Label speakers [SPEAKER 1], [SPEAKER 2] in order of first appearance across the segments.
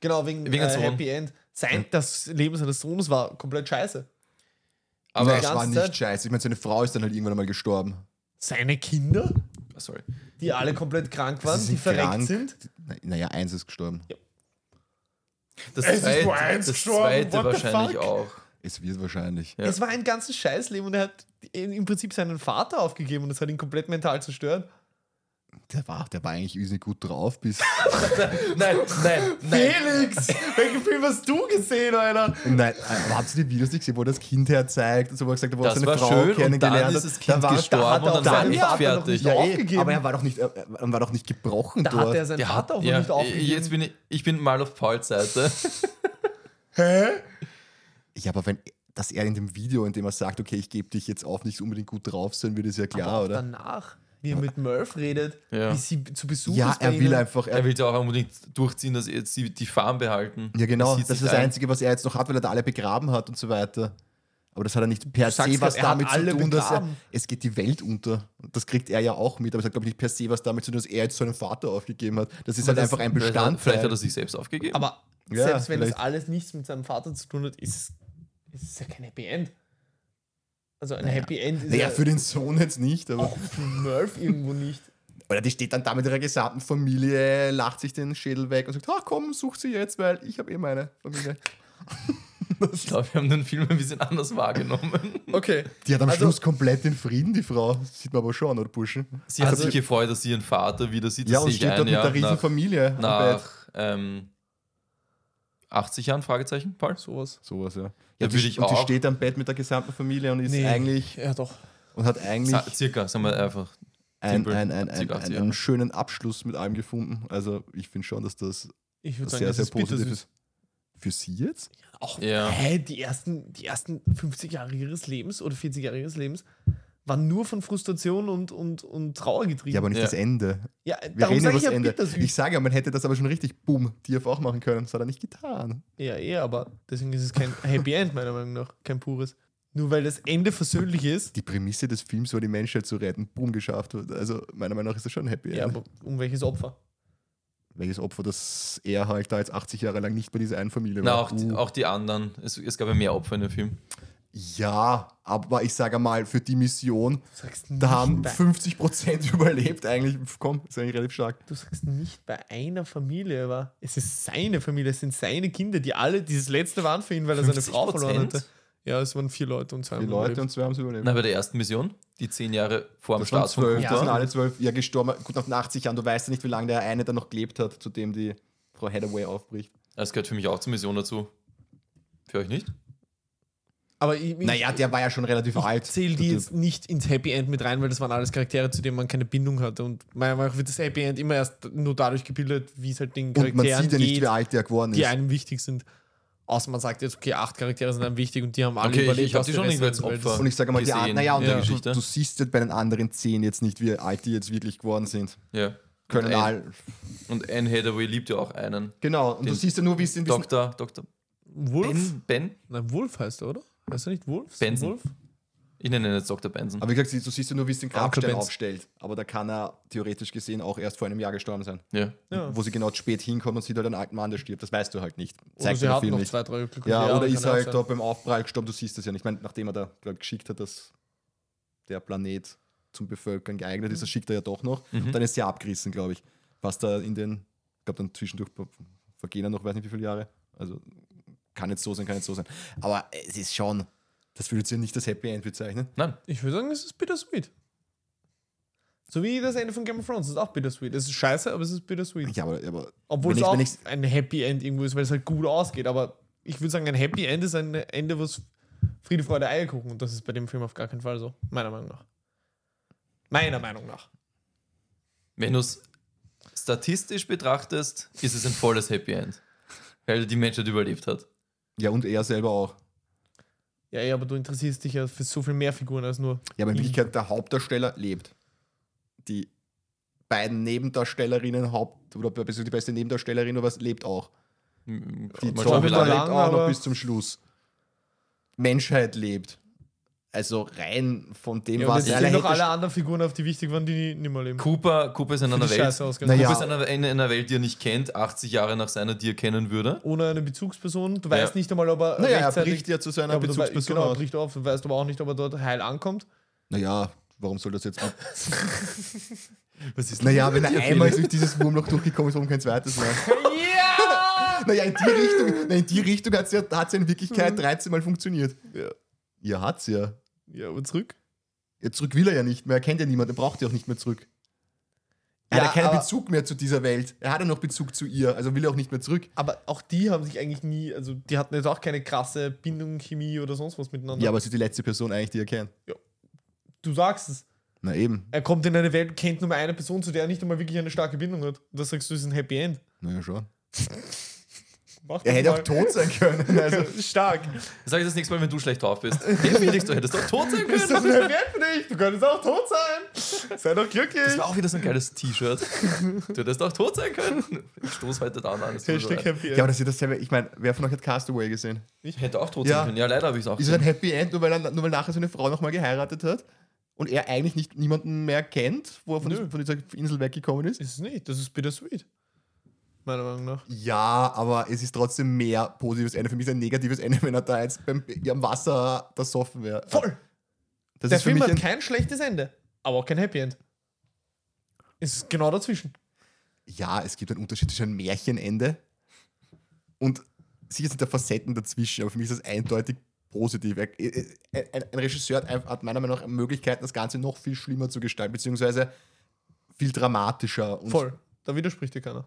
[SPEAKER 1] Genau, wegen,
[SPEAKER 2] Wegen
[SPEAKER 1] äh,
[SPEAKER 2] seinem Sohn.
[SPEAKER 1] Happy End. Sein, das Leben seines Sohnes war komplett scheiße.
[SPEAKER 2] Aber-
[SPEAKER 1] Die
[SPEAKER 3] das
[SPEAKER 1] ganze
[SPEAKER 3] war nicht
[SPEAKER 1] Zeit-
[SPEAKER 3] scheiße. Ich meine, seine Frau ist dann halt irgendwann einmal gestorben.
[SPEAKER 1] Seine Kinder,
[SPEAKER 2] Sorry.
[SPEAKER 1] die alle komplett krank waren,
[SPEAKER 3] Sie
[SPEAKER 1] die
[SPEAKER 3] sind
[SPEAKER 1] verreckt
[SPEAKER 3] krank.
[SPEAKER 1] sind.
[SPEAKER 3] Na- Naja, eins ist gestorben.
[SPEAKER 2] Das
[SPEAKER 1] Es ist
[SPEAKER 2] zweite,
[SPEAKER 1] nur eins
[SPEAKER 2] das
[SPEAKER 1] gestorben,
[SPEAKER 2] zweite
[SPEAKER 1] what the
[SPEAKER 2] wahrscheinlich
[SPEAKER 1] fuck?
[SPEAKER 2] auch.
[SPEAKER 3] Es wird wahrscheinlich.
[SPEAKER 2] Ja.
[SPEAKER 1] Es war ein ganzes Scheißleben und er hat in- im Prinzip seinen Vater aufgegeben und das hat ihn komplett mental zerstört.
[SPEAKER 3] Der war, der war eigentlich übelst gut drauf bis.
[SPEAKER 2] Nein, nein, nein.
[SPEAKER 1] Felix, welchen Film hast du gesehen, Alter?
[SPEAKER 3] Nein, aber habt ihr die Videos nicht gesehen, wo er das Kind herzeigt und so, wo er gesagt hat, wo er
[SPEAKER 2] Das
[SPEAKER 3] seine
[SPEAKER 2] war
[SPEAKER 3] Frau
[SPEAKER 2] schön und
[SPEAKER 3] kennengelernt
[SPEAKER 2] dann ist
[SPEAKER 3] hat?
[SPEAKER 2] das Kind
[SPEAKER 3] Da war-
[SPEAKER 1] hat
[SPEAKER 2] gestorben
[SPEAKER 1] er
[SPEAKER 2] und dann
[SPEAKER 1] auch
[SPEAKER 2] war
[SPEAKER 1] seinen
[SPEAKER 2] ich
[SPEAKER 1] Vater noch
[SPEAKER 2] fertig.
[SPEAKER 1] nicht
[SPEAKER 3] Ja, eh,
[SPEAKER 1] aufgegeben.
[SPEAKER 3] aber er war doch nicht, er, er war doch nicht gebrochen
[SPEAKER 1] Da hat
[SPEAKER 3] dort.
[SPEAKER 1] er seinen Vater auch
[SPEAKER 2] ja, Äh,
[SPEAKER 1] noch nicht aufgegeben.
[SPEAKER 2] Jetzt bin ich, ich bin mal auf Pauls Seite.
[SPEAKER 3] Ja, aber wenn, dass er in dem Video, in dem er sagt, okay, ich gebe dich jetzt auf, nicht unbedingt gut drauf sein würde, ist ja klar,
[SPEAKER 1] Aber auch
[SPEAKER 3] Ah, oder?
[SPEAKER 1] danach, wie er mit Murph redet,
[SPEAKER 2] Ja.
[SPEAKER 1] wie sie zu Besuch
[SPEAKER 3] ja,
[SPEAKER 1] ist. bei
[SPEAKER 3] er will
[SPEAKER 1] ihnen.
[SPEAKER 3] einfach. Er,
[SPEAKER 2] Er will ja auch unbedingt durchziehen, dass jetzt die, die Farm behalten.
[SPEAKER 3] ja, genau. Das,
[SPEAKER 2] sieht
[SPEAKER 3] ist
[SPEAKER 2] sich
[SPEAKER 3] das
[SPEAKER 2] ein.
[SPEAKER 3] Einzige, was er jetzt noch hat, weil er da alle begraben hat und so weiter. Aber das hat er nicht per
[SPEAKER 1] sagst
[SPEAKER 3] se was
[SPEAKER 1] grad, er hat
[SPEAKER 3] damit zu
[SPEAKER 1] alle
[SPEAKER 3] tun, dass er,
[SPEAKER 1] begraben.
[SPEAKER 3] es geht die Welt unter. Und das kriegt er ja auch mit, aber es hat, glaube ich, nicht per se was damit zu tun, dass er jetzt seinen Vater aufgegeben hat. Das ist
[SPEAKER 1] Aber
[SPEAKER 3] halt
[SPEAKER 1] das-
[SPEAKER 3] einfach ein
[SPEAKER 2] Vielleicht hat,
[SPEAKER 3] Bestand.
[SPEAKER 2] vielleicht hat er sich selbst aufgegeben.
[SPEAKER 1] Aber
[SPEAKER 3] Ja,
[SPEAKER 1] selbst wenn das
[SPEAKER 3] vielleicht.
[SPEAKER 1] alles nichts mit seinem Vater zu tun hat, ist, ist es ja kein Happy End. Also ein Happy End ist
[SPEAKER 3] naja,
[SPEAKER 1] ja
[SPEAKER 3] für den Sohn jetzt nicht, aber.
[SPEAKER 1] auch für Murph irgendwo nicht.
[SPEAKER 3] Oder die steht dann da mit ihrer gesamten Familie, lacht sich den Schädel weg und sagt: Ah, komm, such sie jetzt, weil ich habe eh meine Familie.
[SPEAKER 2] ich glaube, wir haben den Film ein bisschen anders wahrgenommen.
[SPEAKER 1] Okay.
[SPEAKER 3] Die hat am
[SPEAKER 1] Also-
[SPEAKER 3] Schluss komplett den Frieden, die Frau. Das sieht man aber schon, oder Bursche?
[SPEAKER 2] Sie hat
[SPEAKER 1] Also-
[SPEAKER 2] sich gefreut, dass sie ihren Vater wieder sieht. Das
[SPEAKER 3] Ja, und
[SPEAKER 2] sehe ich
[SPEAKER 3] steht
[SPEAKER 2] ein,
[SPEAKER 3] dort mit
[SPEAKER 2] ja,
[SPEAKER 3] der riesen
[SPEAKER 2] nach,
[SPEAKER 3] Familie am Bett.
[SPEAKER 2] nach ähm, 80 Jahren, Fragezeichen, Paul?
[SPEAKER 1] Sowas.
[SPEAKER 3] Sowas, ja.
[SPEAKER 2] Da
[SPEAKER 3] ja die,
[SPEAKER 2] würde ich
[SPEAKER 3] und die
[SPEAKER 2] auch-
[SPEAKER 3] steht am Bett mit der gesamten Familie und ist
[SPEAKER 1] Nee.
[SPEAKER 3] eigentlich
[SPEAKER 1] Ja, doch.
[SPEAKER 3] und hat eigentlich
[SPEAKER 2] Sa- Circa, sagen wir einfach.
[SPEAKER 3] ein,
[SPEAKER 2] simpel.
[SPEAKER 3] ein, ein, ein,
[SPEAKER 2] Circa
[SPEAKER 3] ein,
[SPEAKER 2] 80
[SPEAKER 3] einen
[SPEAKER 2] Jahre.
[SPEAKER 3] schönen Abschluss mit allem gefunden. Also ich finde schon, dass das
[SPEAKER 1] Ich würde sagen,
[SPEAKER 3] sehr,
[SPEAKER 1] das
[SPEAKER 3] sehr
[SPEAKER 1] ist
[SPEAKER 3] positiv
[SPEAKER 1] bittersüß.
[SPEAKER 3] ist. Für sie jetzt?
[SPEAKER 1] Auch
[SPEAKER 2] Ja.
[SPEAKER 1] hä, die, ersten, die ersten 50 Jahre ihres Lebens oder 40 Jahre ihres Lebens waren nur von Frustration und, und, und Trauer getrieben.
[SPEAKER 3] Ja, aber nicht
[SPEAKER 2] Ja.
[SPEAKER 3] das Ende.
[SPEAKER 1] ja,
[SPEAKER 3] Wir
[SPEAKER 1] darum
[SPEAKER 3] reden
[SPEAKER 1] sage
[SPEAKER 3] über
[SPEAKER 1] ich
[SPEAKER 3] das
[SPEAKER 1] ja
[SPEAKER 3] Ende.
[SPEAKER 1] bittersüß.
[SPEAKER 3] Ich sage ja, man hätte das aber schon richtig, boom, Dirf auch machen können. Das hat er nicht getan.
[SPEAKER 1] Ja, eh, aber deswegen ist es kein Happy End, meiner Meinung nach. Kein pures. Nur weil das Ende versöhnlich ist.
[SPEAKER 3] Die Prämisse des Films war, die Menschheit zu retten. Boom, geschafft. Also meiner Meinung nach ist das schon ein Happy
[SPEAKER 1] Ja,
[SPEAKER 3] End.
[SPEAKER 1] aber um welches Opfer?
[SPEAKER 3] Welches Opfer, dass er halt da jetzt 80 Jahre lang nicht bei dieser einen Familie
[SPEAKER 2] Na,
[SPEAKER 3] war.
[SPEAKER 2] auch, die-
[SPEAKER 3] Uh.
[SPEAKER 2] auch die anderen. Es, es gab ja mehr Opfer in dem Film.
[SPEAKER 3] Ja, aber ich sage mal, für die Mission,
[SPEAKER 1] Du sagst
[SPEAKER 3] da haben
[SPEAKER 1] bei,
[SPEAKER 3] 50% überlebt eigentlich. Komm, ist eigentlich relativ stark.
[SPEAKER 1] du sagst nicht bei einer Familie, aber es ist seine Familie, es sind seine Kinder, die alle dieses letzte waren für ihn, weil er seine Frau verloren
[SPEAKER 2] 50%?
[SPEAKER 1] hatte. Ja, es waren vier Leute und zwei
[SPEAKER 3] Die
[SPEAKER 1] haben
[SPEAKER 3] Leute
[SPEAKER 1] überlebt.
[SPEAKER 3] und zwei haben es überlebt.
[SPEAKER 2] Na, bei der ersten Mission, die zehn Jahre vor dem
[SPEAKER 3] das waren
[SPEAKER 2] Start von
[SPEAKER 3] zwölf,
[SPEAKER 2] Kuba.
[SPEAKER 3] das sind alle zwölf. Ja, gestorben. Gut, nach den 80 Jahren. Du weißt ja nicht, wie lange der eine dann noch gelebt hat, zu dem die Frau Hathaway aufbricht.
[SPEAKER 2] Das gehört für mich auch zur Mission dazu. Für euch nicht?
[SPEAKER 1] Aber ich, ich
[SPEAKER 3] Naja, der war ja schon relativ alt.
[SPEAKER 1] zähle die jetzt nicht ins Happy End mit rein, weil das waren alles Charaktere, zu denen man keine Bindung hatte. Und meiner Meinung nach wird das Happy End immer erst nur dadurch gebildet, wie es halt den
[SPEAKER 3] Und man
[SPEAKER 1] Charakteren
[SPEAKER 3] sieht ja nicht,
[SPEAKER 1] geht,
[SPEAKER 3] wie alt der geworden
[SPEAKER 1] die
[SPEAKER 3] ist.
[SPEAKER 1] einem wichtig sind. Außer man sagt jetzt, okay, acht Charaktere sind einem wichtig und die haben alle
[SPEAKER 2] Okay, ich-
[SPEAKER 1] überlebt.
[SPEAKER 2] ich hab
[SPEAKER 1] was
[SPEAKER 2] die
[SPEAKER 1] der
[SPEAKER 2] schon
[SPEAKER 1] Rest
[SPEAKER 2] nicht als
[SPEAKER 1] der Welt
[SPEAKER 2] Opfer.
[SPEAKER 1] ist.
[SPEAKER 3] Und ich sage mal, die,
[SPEAKER 2] gesehen
[SPEAKER 3] Art- naja, und
[SPEAKER 2] in der
[SPEAKER 3] der- du,
[SPEAKER 2] Geschichte.
[SPEAKER 3] du siehst jetzt bei den anderen zehn jetzt nicht, wie alt die jetzt wirklich geworden sind.
[SPEAKER 2] Ja.
[SPEAKER 3] Können
[SPEAKER 2] und, Anne,
[SPEAKER 3] all,
[SPEAKER 2] und Anne Hathaway liebt ja auch einen.
[SPEAKER 3] genau. Und du
[SPEAKER 2] Den
[SPEAKER 3] siehst ja nur, wie es in diesem
[SPEAKER 2] Dr. Dr.
[SPEAKER 1] Wolf?
[SPEAKER 2] Ben? Ben?
[SPEAKER 1] Nein, Wolf heißt er, oder? Heißt er nicht Wolf?
[SPEAKER 2] Benson.
[SPEAKER 1] Wolf?
[SPEAKER 2] Ich nenne ihn jetzt Dr. Benson.
[SPEAKER 3] Aber wie gesagt, du siehst ja nur, wie es den Grabstein
[SPEAKER 1] Uncle Ben's.
[SPEAKER 3] aufstellt. Aber da kann er theoretisch gesehen auch erst vor einem Jahr gestorben sein.
[SPEAKER 2] ja.
[SPEAKER 1] Ja.
[SPEAKER 3] Wo sie genau spät hinkommen und sieht halt einen alten Mann, der stirbt. Das weißt du halt nicht.
[SPEAKER 1] Oder
[SPEAKER 3] Zeigt
[SPEAKER 1] sie
[SPEAKER 3] der
[SPEAKER 1] hatten
[SPEAKER 3] Film
[SPEAKER 1] noch
[SPEAKER 3] nicht.
[SPEAKER 1] zwei, genau drei Glück.
[SPEAKER 3] Ja, oder ist halt da
[SPEAKER 1] top.
[SPEAKER 3] beim Aufprall gestorben. Du siehst das ja nicht. Ich meine, nachdem er da glaub, ich, geschickt hat, dass der Planet zum Bevölkern geeignet
[SPEAKER 1] Mhm.
[SPEAKER 3] ist, das schickt er ja doch noch. Und dann ist sie abgerissen, glaube ich. Was da in den, ich glaube, dann zwischendurch vergehen dann noch, weiß nicht wie viele Jahre. Also kann jetzt so sein, kann jetzt so sein. Aber es ist schon, das würde jetzt ja nicht das Happy End bezeichnen.
[SPEAKER 2] Nein.
[SPEAKER 1] Ich würde sagen, es ist bittersweet. So wie das Ende von Game of Thrones, das ist auch bittersweet. Es ist scheiße, aber es ist bittersweet.
[SPEAKER 3] Ja, aber, aber
[SPEAKER 1] Obwohl
[SPEAKER 3] wenn
[SPEAKER 1] es
[SPEAKER 3] ich-
[SPEAKER 1] auch
[SPEAKER 3] wenn ich-
[SPEAKER 1] ein Happy End irgendwo ist, weil es halt gut ausgeht. Aber ich würde sagen, ein Happy End ist ein Ende, wo es Friede, Freude, Eier gucken. Und das ist bei dem Film auf gar keinen Fall so. Meiner Meinung nach. Meiner Meinung nach.
[SPEAKER 2] Wenn du es statistisch betrachtest, ist es ein volles Happy End. Weil die Menschheit überlebt hat.
[SPEAKER 3] ja, und er selber auch.
[SPEAKER 1] Ja, ja, aber du interessierst dich ja für so viel mehr Figuren als nur.
[SPEAKER 3] Ja, aber in
[SPEAKER 1] Mhm.
[SPEAKER 3] Wirklichkeit der Hauptdarsteller lebt. Die beiden Nebendarstellerinnen, Haupt oder beziehungsweise die beste Nebendarstellerin oder was, lebt auch.
[SPEAKER 2] Die
[SPEAKER 3] Die
[SPEAKER 1] Mhm. schauen,
[SPEAKER 3] Zombie
[SPEAKER 1] wie
[SPEAKER 3] lebt
[SPEAKER 1] lange,
[SPEAKER 3] auch noch
[SPEAKER 1] aber-
[SPEAKER 3] bis zum Schluss. Menschheit lebt. Also rein von dem,
[SPEAKER 1] Ja, und
[SPEAKER 3] was
[SPEAKER 1] jetzt
[SPEAKER 3] er
[SPEAKER 1] sind noch
[SPEAKER 3] hätte
[SPEAKER 1] alle anderen Figuren auf, die wichtig waren, die nicht mehr leben.
[SPEAKER 2] Cooper, Cooper ist in
[SPEAKER 1] Die
[SPEAKER 2] einer Welt,
[SPEAKER 1] Scheiße ausgegangen.
[SPEAKER 3] Naja.
[SPEAKER 2] Cooper ist in einer, in einer Welt, die er nicht kennt, 80 Jahre nach seiner, die er kennen würde.
[SPEAKER 1] Ohne eine Bezugsperson. Du weißt
[SPEAKER 2] Ja.
[SPEAKER 1] nicht einmal, ob er
[SPEAKER 3] Naja, er
[SPEAKER 1] rechtzeitig-
[SPEAKER 3] bricht ja zu
[SPEAKER 1] Ja,
[SPEAKER 3] seiner
[SPEAKER 1] aber du wei-
[SPEAKER 3] Bezugsperson
[SPEAKER 1] Genau, er
[SPEAKER 3] aus.
[SPEAKER 1] bricht auf. Du weißt aber auch nicht, ob er dort heil ankommt.
[SPEAKER 3] Naja, warum soll das jetzt mit
[SPEAKER 2] Was ist
[SPEAKER 3] Naja, wenn
[SPEAKER 2] mit
[SPEAKER 3] er
[SPEAKER 2] dir,
[SPEAKER 3] einmal
[SPEAKER 2] Felix?
[SPEAKER 3] durch dieses Wurmloch durchgekommen ist, warum kein zweites mehr? Ja! Naja, in die Richtung, na, in die Richtung hat es ja, hat's ja in
[SPEAKER 1] Mhm.
[SPEAKER 3] Wirklichkeit 13 Mal funktioniert.
[SPEAKER 1] Ja.
[SPEAKER 3] Ja, hat's ja.
[SPEAKER 1] Ja, aber zurück.
[SPEAKER 3] ja. Zurück will er ja nicht mehr, er kennt ja niemanden, er braucht ja auch nicht mehr zurück. Er
[SPEAKER 1] Ja,
[SPEAKER 3] hat ja keinen
[SPEAKER 1] aber-
[SPEAKER 3] Bezug mehr zu dieser Welt. Er hat ja noch Bezug zu ihr, also will er auch nicht mehr zurück.
[SPEAKER 1] Aber auch die haben sich eigentlich nie, also die hatten jetzt auch keine krasse Bindung, Chemie oder sonst was miteinander.
[SPEAKER 3] Ja, aber sie ist die letzte Person eigentlich, die er kennt.
[SPEAKER 1] du sagst es.
[SPEAKER 3] Na eben.
[SPEAKER 1] Er kommt in eine Welt, kennt nur mal eine Person, zu der er nicht einmal wirklich eine starke Bindung hat. Und das sagst du, ist ein Happy End.
[SPEAKER 3] Naja, schon.
[SPEAKER 1] Mach
[SPEAKER 3] Er
[SPEAKER 1] das
[SPEAKER 3] hätte auch
[SPEAKER 1] mal.
[SPEAKER 3] tot sein können. Also,
[SPEAKER 1] Stark.
[SPEAKER 2] Sag ich das nächste Mal, wenn du schlecht drauf bist. Hey Felix, du hättest doch tot sein
[SPEAKER 1] Ist
[SPEAKER 2] können.
[SPEAKER 1] das ein Happy End für dich? Du könntest auch tot sein. Sei doch glücklich.
[SPEAKER 2] Das war auch wieder so ein geiles T-Shirt. Du hättest auch tot sein können. Ich stoß heute da an. das tut mir so
[SPEAKER 1] Hashtag
[SPEAKER 2] leid.
[SPEAKER 1] Happy End.
[SPEAKER 3] ja, aber das ist dasselbe. Ich meine, wer von euch hat Castaway gesehen?
[SPEAKER 2] Ich hätte auch tot
[SPEAKER 3] Ja.
[SPEAKER 2] sein können. Ja, leider habe ich es auch.
[SPEAKER 3] Ist es
[SPEAKER 2] gesehen.
[SPEAKER 3] ein Happy End, nur weil, er, nur weil nachher seine Frau nochmal geheiratet hat und er eigentlich nicht, niemanden mehr kennt, wo er von,
[SPEAKER 1] Nö.
[SPEAKER 3] diesem- von dieser Insel weggekommen ist?
[SPEAKER 1] Ist es nicht. Das ist bittersweet. Meiner Meinung nach.
[SPEAKER 3] Ja, aber es ist trotzdem mehr positives Ende. Für mich ist ein negatives Ende, wenn er da jetzt beim, am Wasser ersoffen wäre.
[SPEAKER 1] Voll.
[SPEAKER 3] Das
[SPEAKER 1] Der
[SPEAKER 3] ist für
[SPEAKER 1] Film
[SPEAKER 3] mich
[SPEAKER 1] hat
[SPEAKER 3] ein,
[SPEAKER 1] kein schlechtes Ende, aber auch kein Happy End. Es ist genau dazwischen.
[SPEAKER 3] ja, es gibt einen Unterschied zwischen einem Märchenende und sicher sind da Facetten dazwischen, aber für mich ist das eindeutig positiv. Er- er- er- Ein, ein Regisseur hat, einfach- hat meiner Meinung nach Möglichkeiten, das Ganze noch viel schlimmer zu gestalten, beziehungsweise viel dramatischer und
[SPEAKER 1] Voll. Da widerspricht dir keiner.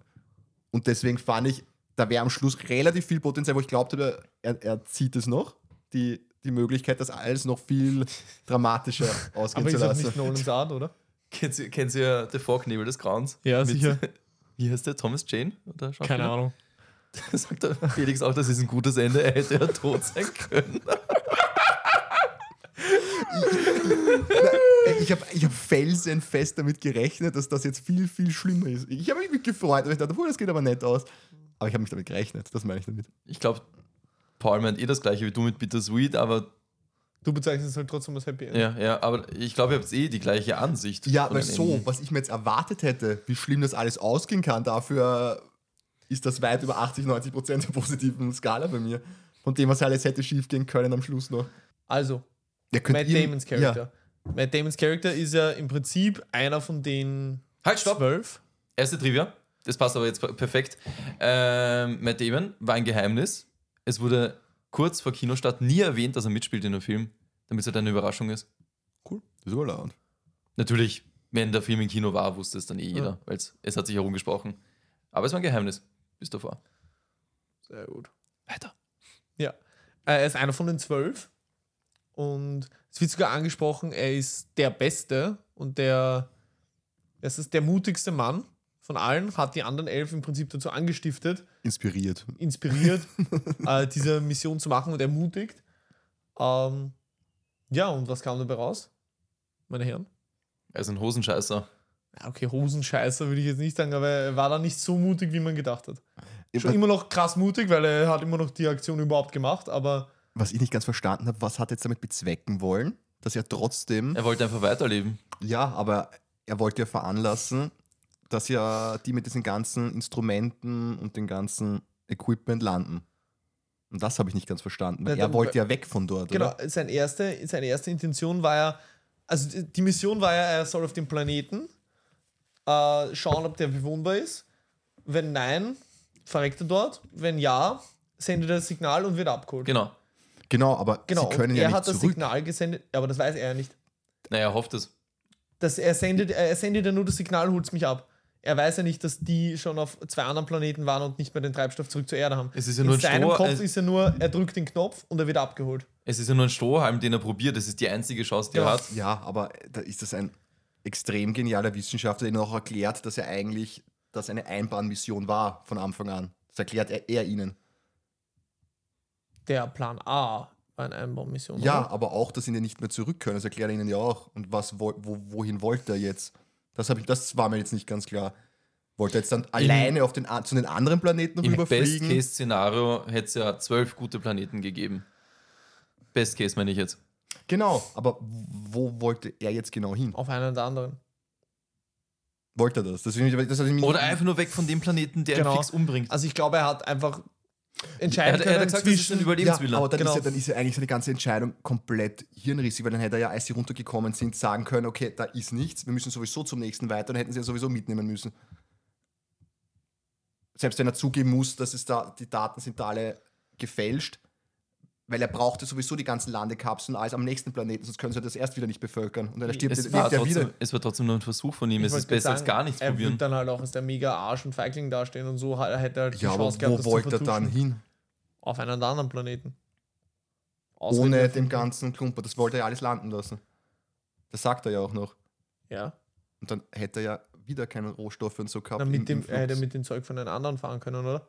[SPEAKER 3] Und deswegen fand ich, da wäre am Schluss relativ viel Potenzial, wo ich glaubte, er, er zieht es noch. Die, die Möglichkeit, das alles noch viel dramatischer ausgehen
[SPEAKER 1] Aber
[SPEAKER 3] zu
[SPEAKER 1] ist auch
[SPEAKER 3] lassen.
[SPEAKER 1] nicht Nolans Art, oder?
[SPEAKER 2] Kennt ihr, kennt ihr The Fog Nebel des Grauens?
[SPEAKER 1] halt- Ja,
[SPEAKER 2] Mit-
[SPEAKER 1] sicher.
[SPEAKER 2] Wie heißt der? Thomas Jane? Oder Schauspieler?
[SPEAKER 1] Keine Ahnung.
[SPEAKER 2] Sagt der Felix auch, das ist ein gutes Ende. Er hätte ja tot sein können.
[SPEAKER 3] Äh, Ich habe ich hab felsenfest damit gerechnet, dass das jetzt viel, viel schlimmer ist. Ich habe mich wirklich gefreut, weil ich dachte, puh, das geht aber nett aus. Aber ich habe mich damit gerechnet, das meine ich damit.
[SPEAKER 2] Ich glaube, Paul meint eh das gleiche wie du mit Bittersweet, aber
[SPEAKER 1] Du bezeichnest es halt trotzdem als Happy End.
[SPEAKER 2] ja, ja, aber ich glaube, ihr habt eh die gleiche Ansicht.
[SPEAKER 3] Ja,
[SPEAKER 2] von
[SPEAKER 3] weil
[SPEAKER 2] den
[SPEAKER 3] so,
[SPEAKER 2] Enden.
[SPEAKER 3] was ich mir jetzt erwartet hätte, wie schlimm das alles ausgehen kann, dafür ist das weit über 80, 90 Prozent der positiven Skala bei mir. Von dem, was alles hätte schiefgehen können am Schluss noch.
[SPEAKER 1] Also,
[SPEAKER 3] Der könnte
[SPEAKER 1] Matt
[SPEAKER 3] ihr-
[SPEAKER 1] Damons Charakter. Matt Damons Charakter ist ja im Prinzip einer von den
[SPEAKER 2] Halt, stopp!
[SPEAKER 1] zwölf.
[SPEAKER 2] Erste Trivia. Das passt aber jetzt per- perfekt. Ähm, Matt Damon war ein Geheimnis. Es wurde kurz vor Kinostart nie erwähnt, dass er mitspielt in einem Film, damit es halt eine Überraschung ist.
[SPEAKER 3] Cool. Das ist überlaut.
[SPEAKER 2] Natürlich, wenn der Film im Kino war, wusste es dann eh jeder, weil es hat sich herumgesprochen. Aber es war ein Geheimnis. Bis davor.
[SPEAKER 1] Sehr gut.
[SPEAKER 2] Weiter.
[SPEAKER 1] Ja. Äh, Er ist einer von den zwölf. Und es wird sogar angesprochen, er ist der Beste und der, es ist der mutigste Mann von allen, hat die anderen elf im Prinzip dazu angestiftet,
[SPEAKER 3] Inspiriert.
[SPEAKER 1] inspiriert, äh, diese Mission zu machen und ermutigt. Ähm, ja, und was kam dabei raus, meine Herren?
[SPEAKER 2] Er ist ein Hosenscheißer.
[SPEAKER 1] Ja, okay, Hosenscheißer würde ich jetzt nicht sagen, aber er war da nicht so mutig, wie man gedacht hat. Schon
[SPEAKER 3] Was,
[SPEAKER 1] immer noch krass mutig, weil er hat immer noch die Aktion überhaupt gemacht, aber
[SPEAKER 3] was ich nicht ganz verstanden habe, was hat er jetzt damit bezwecken wollen, dass er trotzdem,
[SPEAKER 2] Er wollte einfach weiterleben.
[SPEAKER 3] ja, aber er wollte ja veranlassen, dass ja die mit diesen ganzen Instrumenten und dem ganzen Equipment landen. Und das habe ich nicht ganz verstanden. Weil
[SPEAKER 1] Na,
[SPEAKER 3] er
[SPEAKER 1] dann-
[SPEAKER 3] wollte ja weg von dort.
[SPEAKER 1] genau,
[SPEAKER 3] Oder?
[SPEAKER 1] sein erste, seine erste Intention war ja, also die- die Mission war ja, er soll auf dem Planeten äh, schauen, ob der bewohnbar ist. Wenn nein, verreckt er dort. Wenn ja, sendet er das Signal und wird abgeholt.
[SPEAKER 2] Genau.
[SPEAKER 3] Genau, aber
[SPEAKER 1] Genau,
[SPEAKER 3] sie können
[SPEAKER 1] und er
[SPEAKER 3] ja
[SPEAKER 1] hat
[SPEAKER 3] nicht
[SPEAKER 1] das
[SPEAKER 3] zurück.
[SPEAKER 1] Signal gesendet, aber das weiß er ja nicht.
[SPEAKER 2] Naja, er hofft es.
[SPEAKER 1] Das, er, sendet, er sendet ja nur das Signal, holt's mich ab. Er weiß ja nicht, dass die schon auf zwei anderen Planeten waren und nicht mehr den Treibstoff zurück zur Erde haben.
[SPEAKER 2] Es ist ja
[SPEAKER 1] In
[SPEAKER 2] nur ein
[SPEAKER 1] seinem
[SPEAKER 2] Stroh-
[SPEAKER 1] Kopf
[SPEAKER 2] es-
[SPEAKER 1] ist ja nur, er drückt den Knopf und er wird abgeholt.
[SPEAKER 2] Es ist ja nur ein Strohhalm, den er probiert. Das ist die einzige Chance, die er
[SPEAKER 1] Ja.
[SPEAKER 2] hat.
[SPEAKER 3] Ja, aber da ist das ein extrem genialer Wissenschaftler, der ihnen auch erklärt, dass er eigentlich das eine Einbahnmission war von Anfang an. Das erklärt er, er ihnen.
[SPEAKER 1] Der Plan A war eine Einbaummission.
[SPEAKER 3] Ja,
[SPEAKER 1] oder?
[SPEAKER 3] aber auch, dass sie ihn nicht mehr zurück können. Das erklärt er ihnen ja auch. Und was, wo, wo, wohin wollte er jetzt? Das, hab ich, das war mir jetzt nicht ganz klar. Wollte er jetzt dann alleine auf den, a- zu den anderen Planeten
[SPEAKER 2] Im
[SPEAKER 3] rüberfliegen?
[SPEAKER 2] Best-Case-Szenario hätte es ja zwölf gute Planeten gegeben. Best-Case meine ich jetzt.
[SPEAKER 3] Genau, aber wo wollte er jetzt genau hin?
[SPEAKER 1] Auf einen oder anderen.
[SPEAKER 3] Wollte er das? das, ist- das hat mich
[SPEAKER 2] Oder einfach nur weg von dem Planeten, der
[SPEAKER 1] Genau.
[SPEAKER 2] ihn fix umbringt.
[SPEAKER 1] Also ich glaube, er hat einfach
[SPEAKER 2] Er
[SPEAKER 1] entscheiden
[SPEAKER 2] hat, er hat
[SPEAKER 1] können
[SPEAKER 2] gesagt, das ist ein
[SPEAKER 1] zwischen...
[SPEAKER 3] ja,
[SPEAKER 2] Überlebenswille.
[SPEAKER 3] aber dann,
[SPEAKER 1] Genau.
[SPEAKER 3] ist ja, dann ist ja eigentlich seine ganze Entscheidung komplett hirnrissig, weil dann hätte er ja, als sie runtergekommen sind, sagen können, okay, da ist nichts, wir müssen sowieso zum nächsten weiter, dann hätten sie ja sowieso mitnehmen müssen. Selbst wenn er zugeben muss, dass es da, die Daten sind da alle gefälscht, weil er brauchte sowieso die ganzen Landekapseln und alles am nächsten Planeten, sonst können sie das erst wieder nicht bevölkern. Und dann stirbt
[SPEAKER 2] es,
[SPEAKER 3] er-
[SPEAKER 2] war
[SPEAKER 3] lebt er wieder.
[SPEAKER 2] trotzdem, es war trotzdem nur ein Versuch von ihm. es
[SPEAKER 1] wollte
[SPEAKER 2] ist besser als
[SPEAKER 1] gerade sagen,
[SPEAKER 2] gar nichts
[SPEAKER 1] er
[SPEAKER 2] probieren.
[SPEAKER 1] wird dann halt auch als der mega Arsch und Feigling dastehen und so hat- hätte er halt die
[SPEAKER 3] Ja, aber
[SPEAKER 1] Chance gehabt,
[SPEAKER 3] wo
[SPEAKER 1] das zu
[SPEAKER 3] wollte er dann
[SPEAKER 1] vertuschen.
[SPEAKER 3] hin?
[SPEAKER 1] Auf einen anderen Planeten. Ausreden
[SPEAKER 3] Ohne
[SPEAKER 1] davon.
[SPEAKER 3] dem ganzen Klumper. Das wollte er ja alles landen lassen. Das sagt er ja auch noch.
[SPEAKER 1] Ja,
[SPEAKER 3] Und dann hätte er ja wieder keinen Rohstoff und so gehabt.
[SPEAKER 1] dann
[SPEAKER 3] im-
[SPEAKER 1] mit
[SPEAKER 3] im
[SPEAKER 1] dem, äh, er hätte
[SPEAKER 3] Flux.
[SPEAKER 1] mit dem Zeug von den anderen fahren können, oder?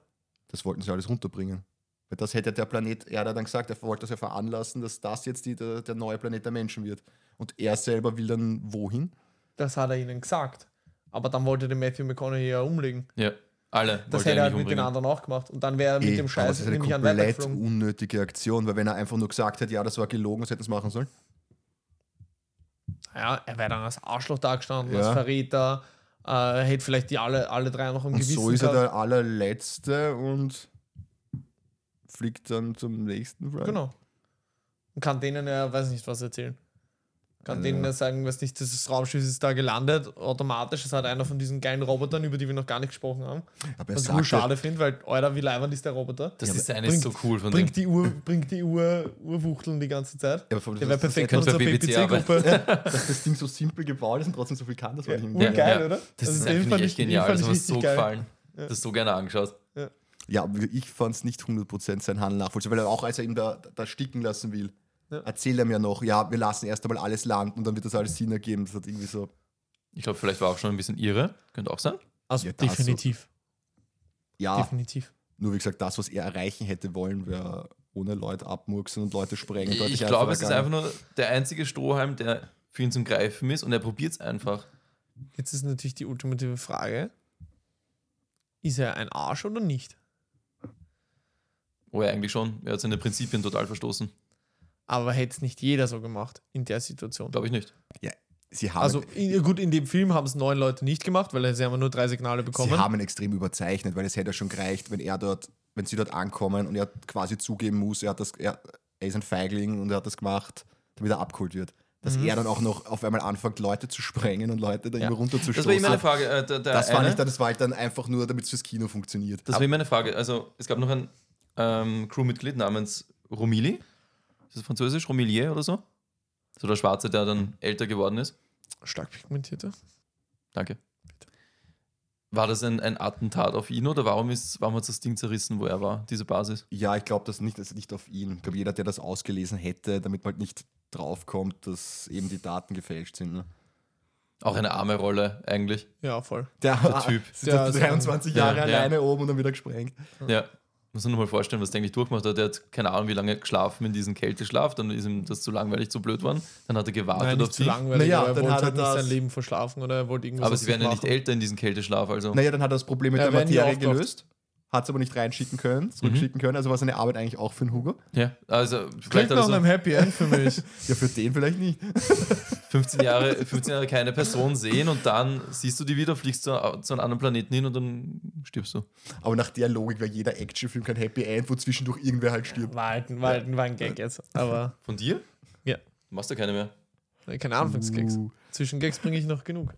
[SPEAKER 3] das wollten sie alles runterbringen. Weil das hätte der Planet Erde dann gesagt, er wollte das ja veranlassen, dass das jetzt die, der, der neue Planet der Menschen wird. Und er selber will dann wohin?
[SPEAKER 1] Das hat er ihnen gesagt. Aber dann wollte der Matthew McConaughey ja umlegen.
[SPEAKER 2] Ja, alle.
[SPEAKER 1] Das
[SPEAKER 2] wollte
[SPEAKER 1] hätte
[SPEAKER 2] er
[SPEAKER 1] er halt
[SPEAKER 2] eigentlich
[SPEAKER 1] mit den
[SPEAKER 2] umbringen.
[SPEAKER 1] anderen auch gemacht. Und dann wäre er mit
[SPEAKER 3] Eh,
[SPEAKER 1] dem
[SPEAKER 3] aber
[SPEAKER 1] Scheiß
[SPEAKER 3] das ist eine
[SPEAKER 1] nämlich an
[SPEAKER 3] komplett
[SPEAKER 1] weitergeflogen.
[SPEAKER 3] unnötige Aktion, weil wenn er einfach nur gesagt hätte, ja, das war gelogen, das hätten sie machen sollen.
[SPEAKER 1] Ja, er wäre dann als Arschloch dagestanden,
[SPEAKER 3] Ja.
[SPEAKER 1] als Verräter. Äh, hätte vielleicht die alle, alle drei noch im
[SPEAKER 3] Und
[SPEAKER 1] Gewissen
[SPEAKER 3] so ist er
[SPEAKER 1] gehabt.
[SPEAKER 3] der allerletzte und fliegt dann zum nächsten Planet.
[SPEAKER 1] Genau. Und kann denen ja, weiß nicht, was erzählen. Kann denen ja sagen, weiß nicht, dieses Raumschiff ist da gelandet, automatisch. Es hat einer von diesen geilen Robotern, über die wir noch gar nicht gesprochen haben.
[SPEAKER 3] Aber er
[SPEAKER 1] Was ich wohl
[SPEAKER 3] sagt, ja-
[SPEAKER 1] Also, oh, schade finde, weil, Alter, wie leibend ist der Roboter?
[SPEAKER 2] Das
[SPEAKER 1] Ja,
[SPEAKER 2] Design
[SPEAKER 1] aber
[SPEAKER 2] ist so cool von dem.
[SPEAKER 1] bringt die Uhr, bringt die Uhr, Uhrwuchteln die ganze Zeit.
[SPEAKER 3] Ja, aber
[SPEAKER 1] Der wäre
[SPEAKER 3] das-
[SPEAKER 1] perfekt
[SPEAKER 2] könnte
[SPEAKER 1] für
[SPEAKER 2] bei
[SPEAKER 1] unsere
[SPEAKER 2] BBC
[SPEAKER 1] PPC-Gruppe.
[SPEAKER 3] dass das Ding so simpel gebaut ist und trotzdem so viel kann, das war nicht
[SPEAKER 1] Ja. Geil, oder?
[SPEAKER 2] Das,
[SPEAKER 1] Also
[SPEAKER 2] ist
[SPEAKER 1] den
[SPEAKER 2] einfach nicht
[SPEAKER 1] fand
[SPEAKER 2] echt
[SPEAKER 1] ich- den
[SPEAKER 2] genial.
[SPEAKER 1] fand
[SPEAKER 2] Das
[SPEAKER 1] ich
[SPEAKER 2] hat mir so
[SPEAKER 1] richtig geil.
[SPEAKER 2] gefallen. Das ist so gerne angeschaut.
[SPEAKER 3] Ja, aber ich fand es nicht 100% sein Handeln nachvollziehbar, weil er auch, als er ihn da, da sticken lassen will,
[SPEAKER 1] Ja.
[SPEAKER 3] erzählt er mir noch, ja, wir lassen erst einmal alles landen und dann wird das alles Sinn ergeben. Das hat irgendwie so,
[SPEAKER 2] Ich glaube, vielleicht war auch schon ein bisschen irre. Könnte auch sein.
[SPEAKER 1] Also
[SPEAKER 3] Ja, das
[SPEAKER 1] definitiv,
[SPEAKER 3] ja,
[SPEAKER 1] definitiv.
[SPEAKER 3] nur wie gesagt, das, was er erreichen hätte wollen, wäre ohne Leute abmurksen und Leute sprengen.
[SPEAKER 2] Ich
[SPEAKER 3] deutlich
[SPEAKER 2] glaube,
[SPEAKER 3] einfacher
[SPEAKER 2] es ist
[SPEAKER 3] gegangen.
[SPEAKER 2] einfach nur der einzige Strohhalm, der für ihn zum Greifen ist und er probiert es einfach.
[SPEAKER 1] Jetzt ist natürlich die ultimative Frage: Ist er ein Arsch oder nicht?
[SPEAKER 2] Oh ja, eigentlich schon. Er hat seine Prinzipien total verstoßen.
[SPEAKER 1] Aber hätte es nicht jeder so gemacht in der Situation.
[SPEAKER 2] Glaube ich nicht.
[SPEAKER 3] Sie haben,
[SPEAKER 1] Also in, gut, in dem Film haben es neun Leute nicht gemacht, weil sie haben nur drei Signale
[SPEAKER 3] sie
[SPEAKER 1] bekommen.
[SPEAKER 3] haben ihn extrem überzeichnet, weil es hätte ja schon gereicht, wenn er dort, wenn sie dort ankommen und er quasi zugeben muss, er, hat das, er, er ist ein Feigling und er hat das gemacht, damit er abgeholt wird. Dass er dann auch noch auf einmal anfängt, Leute zu sprengen und Leute da
[SPEAKER 2] Mhm. Ja.
[SPEAKER 3] immer runterzustoßen.
[SPEAKER 2] Das war immer eine Frage. Äh, der, der
[SPEAKER 3] Das war
[SPEAKER 2] eine-
[SPEAKER 3] nicht, das war halt dann einfach nur, damit es fürs Kino funktioniert.
[SPEAKER 2] Das war immer eine Frage. Also, es gab noch ein ähm, Crewmitglied namens Romili. Ist das französisch? Romilier oder so? So der Schwarze, der dann älter geworden ist.
[SPEAKER 1] Stark pigmentierte.
[SPEAKER 2] Danke. War das ein, ein Attentat auf ihn oder warum, ist, warum hat das Ding zerrissen, wo er war, diese Basis?
[SPEAKER 3] ja, ich glaube das nicht, das ist nicht auf ihn. Ich glaube, jeder, der das ausgelesen hätte, damit man halt nicht draufkommt, dass eben die Daten gefälscht sind. Ne?
[SPEAKER 2] Auch eine arme Rolle eigentlich.
[SPEAKER 1] Ja, voll.
[SPEAKER 3] Der,
[SPEAKER 2] Typ.
[SPEAKER 3] Sind da
[SPEAKER 1] Der ist-
[SPEAKER 3] 23
[SPEAKER 2] Ja,
[SPEAKER 3] Jahre
[SPEAKER 2] ja.
[SPEAKER 3] alleine oben und dann wieder gesprengt.
[SPEAKER 1] Hm.
[SPEAKER 2] Ja. Muss man nur mal vorstellen, was der eigentlich durchgemacht hat. Der hat keine Ahnung, wie lange geschlafen in diesem Kälteschlaf. Dann ist ihm das zu langweilig, zu blöd worden. Dann hat er gewartet
[SPEAKER 1] Nein,
[SPEAKER 2] auf
[SPEAKER 1] nicht zu
[SPEAKER 2] sie.
[SPEAKER 1] langweilig.
[SPEAKER 3] Naja,
[SPEAKER 1] aber er
[SPEAKER 3] dann
[SPEAKER 1] wollte
[SPEAKER 3] hat er
[SPEAKER 1] halt nicht
[SPEAKER 3] das-
[SPEAKER 1] sein Leben verschlafen oder er wollte irgendwas.
[SPEAKER 2] Aber
[SPEAKER 1] aus
[SPEAKER 2] sie
[SPEAKER 1] sich
[SPEAKER 2] werden ja nicht
[SPEAKER 1] machen.
[SPEAKER 2] älter in diesem Kälteschlaf. Also
[SPEAKER 3] Naja, dann hat er das Problem mit
[SPEAKER 1] Ja,
[SPEAKER 3] der
[SPEAKER 1] wenn die
[SPEAKER 3] Materie
[SPEAKER 1] auftaucht.
[SPEAKER 3] gelöst, hat es aber nicht reinschicken
[SPEAKER 2] Mhm.
[SPEAKER 3] können, zurückschicken können. Also war seine Arbeit eigentlich auch für den Hugo.
[SPEAKER 2] ja, also
[SPEAKER 1] Klingt
[SPEAKER 2] vielleicht hat er
[SPEAKER 1] nach
[SPEAKER 2] so
[SPEAKER 1] einem Happy End für mich.
[SPEAKER 3] Ja, für den vielleicht nicht.
[SPEAKER 2] 15 Jahre, 15 Jahre keine Person sehen und dann siehst du die wieder, fliegst zu, zu einem anderen Planeten hin und dann stirbst du.
[SPEAKER 3] Aber nach der Logik wäre jeder Actionfilm kein Happy End, wo zwischendurch irgendwer halt stirbt.
[SPEAKER 1] War halt, ein- war halt ein- war ein Gag jetzt. Aber
[SPEAKER 2] Von dir?
[SPEAKER 1] Ja.
[SPEAKER 2] Du machst ja keine mehr.
[SPEAKER 1] keine Anfangsgags.
[SPEAKER 3] Uh.
[SPEAKER 1] Zwischen Gags bringe ich noch genug.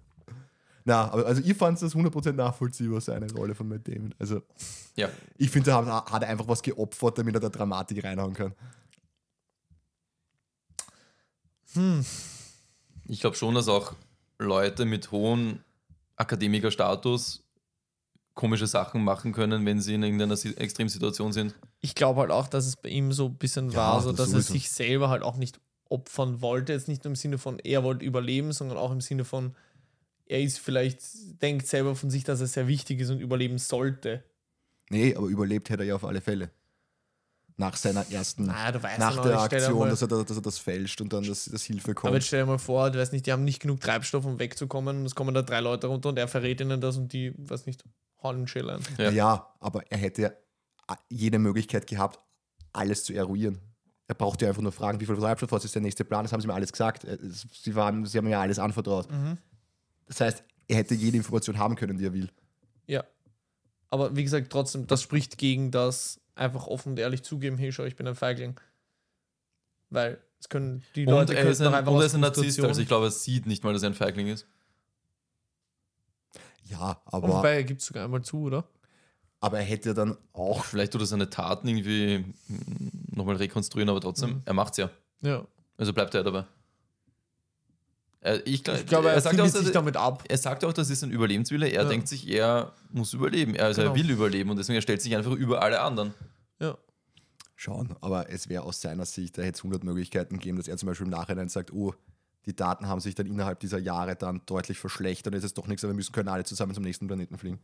[SPEAKER 3] Na, aber also ihr fandet das 100% nachvollziehbar, seine Rolle von Matt Damon. Also
[SPEAKER 2] Ja.
[SPEAKER 3] Ich finde, da hat- hat er einfach was geopfert, damit er da Dramatik reinhauen kann.
[SPEAKER 2] Ich glaube schon, dass auch Leute mit hohem Akademikerstatus komische Sachen machen können, wenn sie in irgendeiner Si- Extremsituation sind.
[SPEAKER 1] Ich glaube halt auch, dass es bei ihm so ein bisschen
[SPEAKER 3] Ja,
[SPEAKER 1] war, so
[SPEAKER 3] das
[SPEAKER 1] dass er
[SPEAKER 3] sowieso.
[SPEAKER 1] sich selber halt auch nicht opfern wollte. Jetzt nicht nur im Sinne von, er wollte überleben, sondern auch im Sinne von, er ist vielleicht, denkt selber von sich, dass er sehr wichtig ist und überleben sollte.
[SPEAKER 3] Nee, aber überlebt hätte er ja auf alle Fälle. Nach seiner ersten,
[SPEAKER 1] Naja, Ah, du weißt ja
[SPEAKER 3] nach
[SPEAKER 1] noch
[SPEAKER 3] der
[SPEAKER 1] nicht, stell dir
[SPEAKER 3] Aktion,
[SPEAKER 1] mal-
[SPEAKER 3] dass er, da, dass er das fälscht und dann, dass, dass
[SPEAKER 1] Aber
[SPEAKER 3] Hilfe
[SPEAKER 1] jetzt
[SPEAKER 3] kommt.
[SPEAKER 1] stell dir mal vor, du weißt nicht, die haben nicht genug Treibstoff, um wegzukommen. Und es kommen da drei Leute runter und er verrät ihnen das und die, weiß nicht, hauen ihn Schill ein.
[SPEAKER 2] Ja.
[SPEAKER 3] Ja. ja, aber er hätte ja a- jede Möglichkeit gehabt, alles zu eruieren. Er braucht ja einfach nur fragen, wie viel Treibstoff, was ist der nächste Plan, das haben sie mir alles gesagt. Äh, es- Sie, waren, sie haben mir alles anvertraut. Das heißt, er hätte jede Information haben können, die er will.
[SPEAKER 1] Ja. Aber wie gesagt, trotzdem, das spricht gegen das einfach offen und ehrlich zugeben, hey, schau, ich bin ein Feigling. Weil es können die
[SPEAKER 2] Und
[SPEAKER 1] Leute
[SPEAKER 2] er ist
[SPEAKER 1] könnten
[SPEAKER 2] ein,
[SPEAKER 1] doch einfach
[SPEAKER 2] und er
[SPEAKER 1] aus
[SPEAKER 2] ist ein Narzisst,
[SPEAKER 1] Frustration-
[SPEAKER 2] also ich glaube, er sieht nicht mal, dass er ein Feigling ist.
[SPEAKER 3] Ja,
[SPEAKER 1] Und
[SPEAKER 3] aber,
[SPEAKER 1] Wobei, er gibt es sogar einmal zu, oder?
[SPEAKER 3] aber er hätte dann auch
[SPEAKER 2] Vielleicht tut er seine Taten irgendwie mm, nochmal rekonstruieren, aber trotzdem,
[SPEAKER 1] Mhm.
[SPEAKER 2] er macht's ja.
[SPEAKER 1] Ja.
[SPEAKER 2] Also bleibt er dabei. Er, ich, glaub-
[SPEAKER 1] Ich glaube, er,
[SPEAKER 2] er sagt auch,
[SPEAKER 1] findet
[SPEAKER 2] dass
[SPEAKER 1] sich damit ab.
[SPEAKER 2] er sagt auch, das ist ein Überlebenswille. Er
[SPEAKER 1] Ja.
[SPEAKER 2] denkt sich, er muss überleben. Er- Also
[SPEAKER 1] Genau.
[SPEAKER 2] er will überleben und deswegen er stellt sich einfach über alle anderen.
[SPEAKER 1] Ja.
[SPEAKER 3] schauen, aber es wäre aus seiner Sicht, da hätte es 100 Möglichkeiten gegeben, dass er zum Beispiel im Nachhinein sagt, oh, die Daten haben sich dann innerhalb dieser Jahre dann deutlich verschlechtert, es ist doch nichts, aber wir müssen können alle zusammen zum nächsten Planeten fliegen.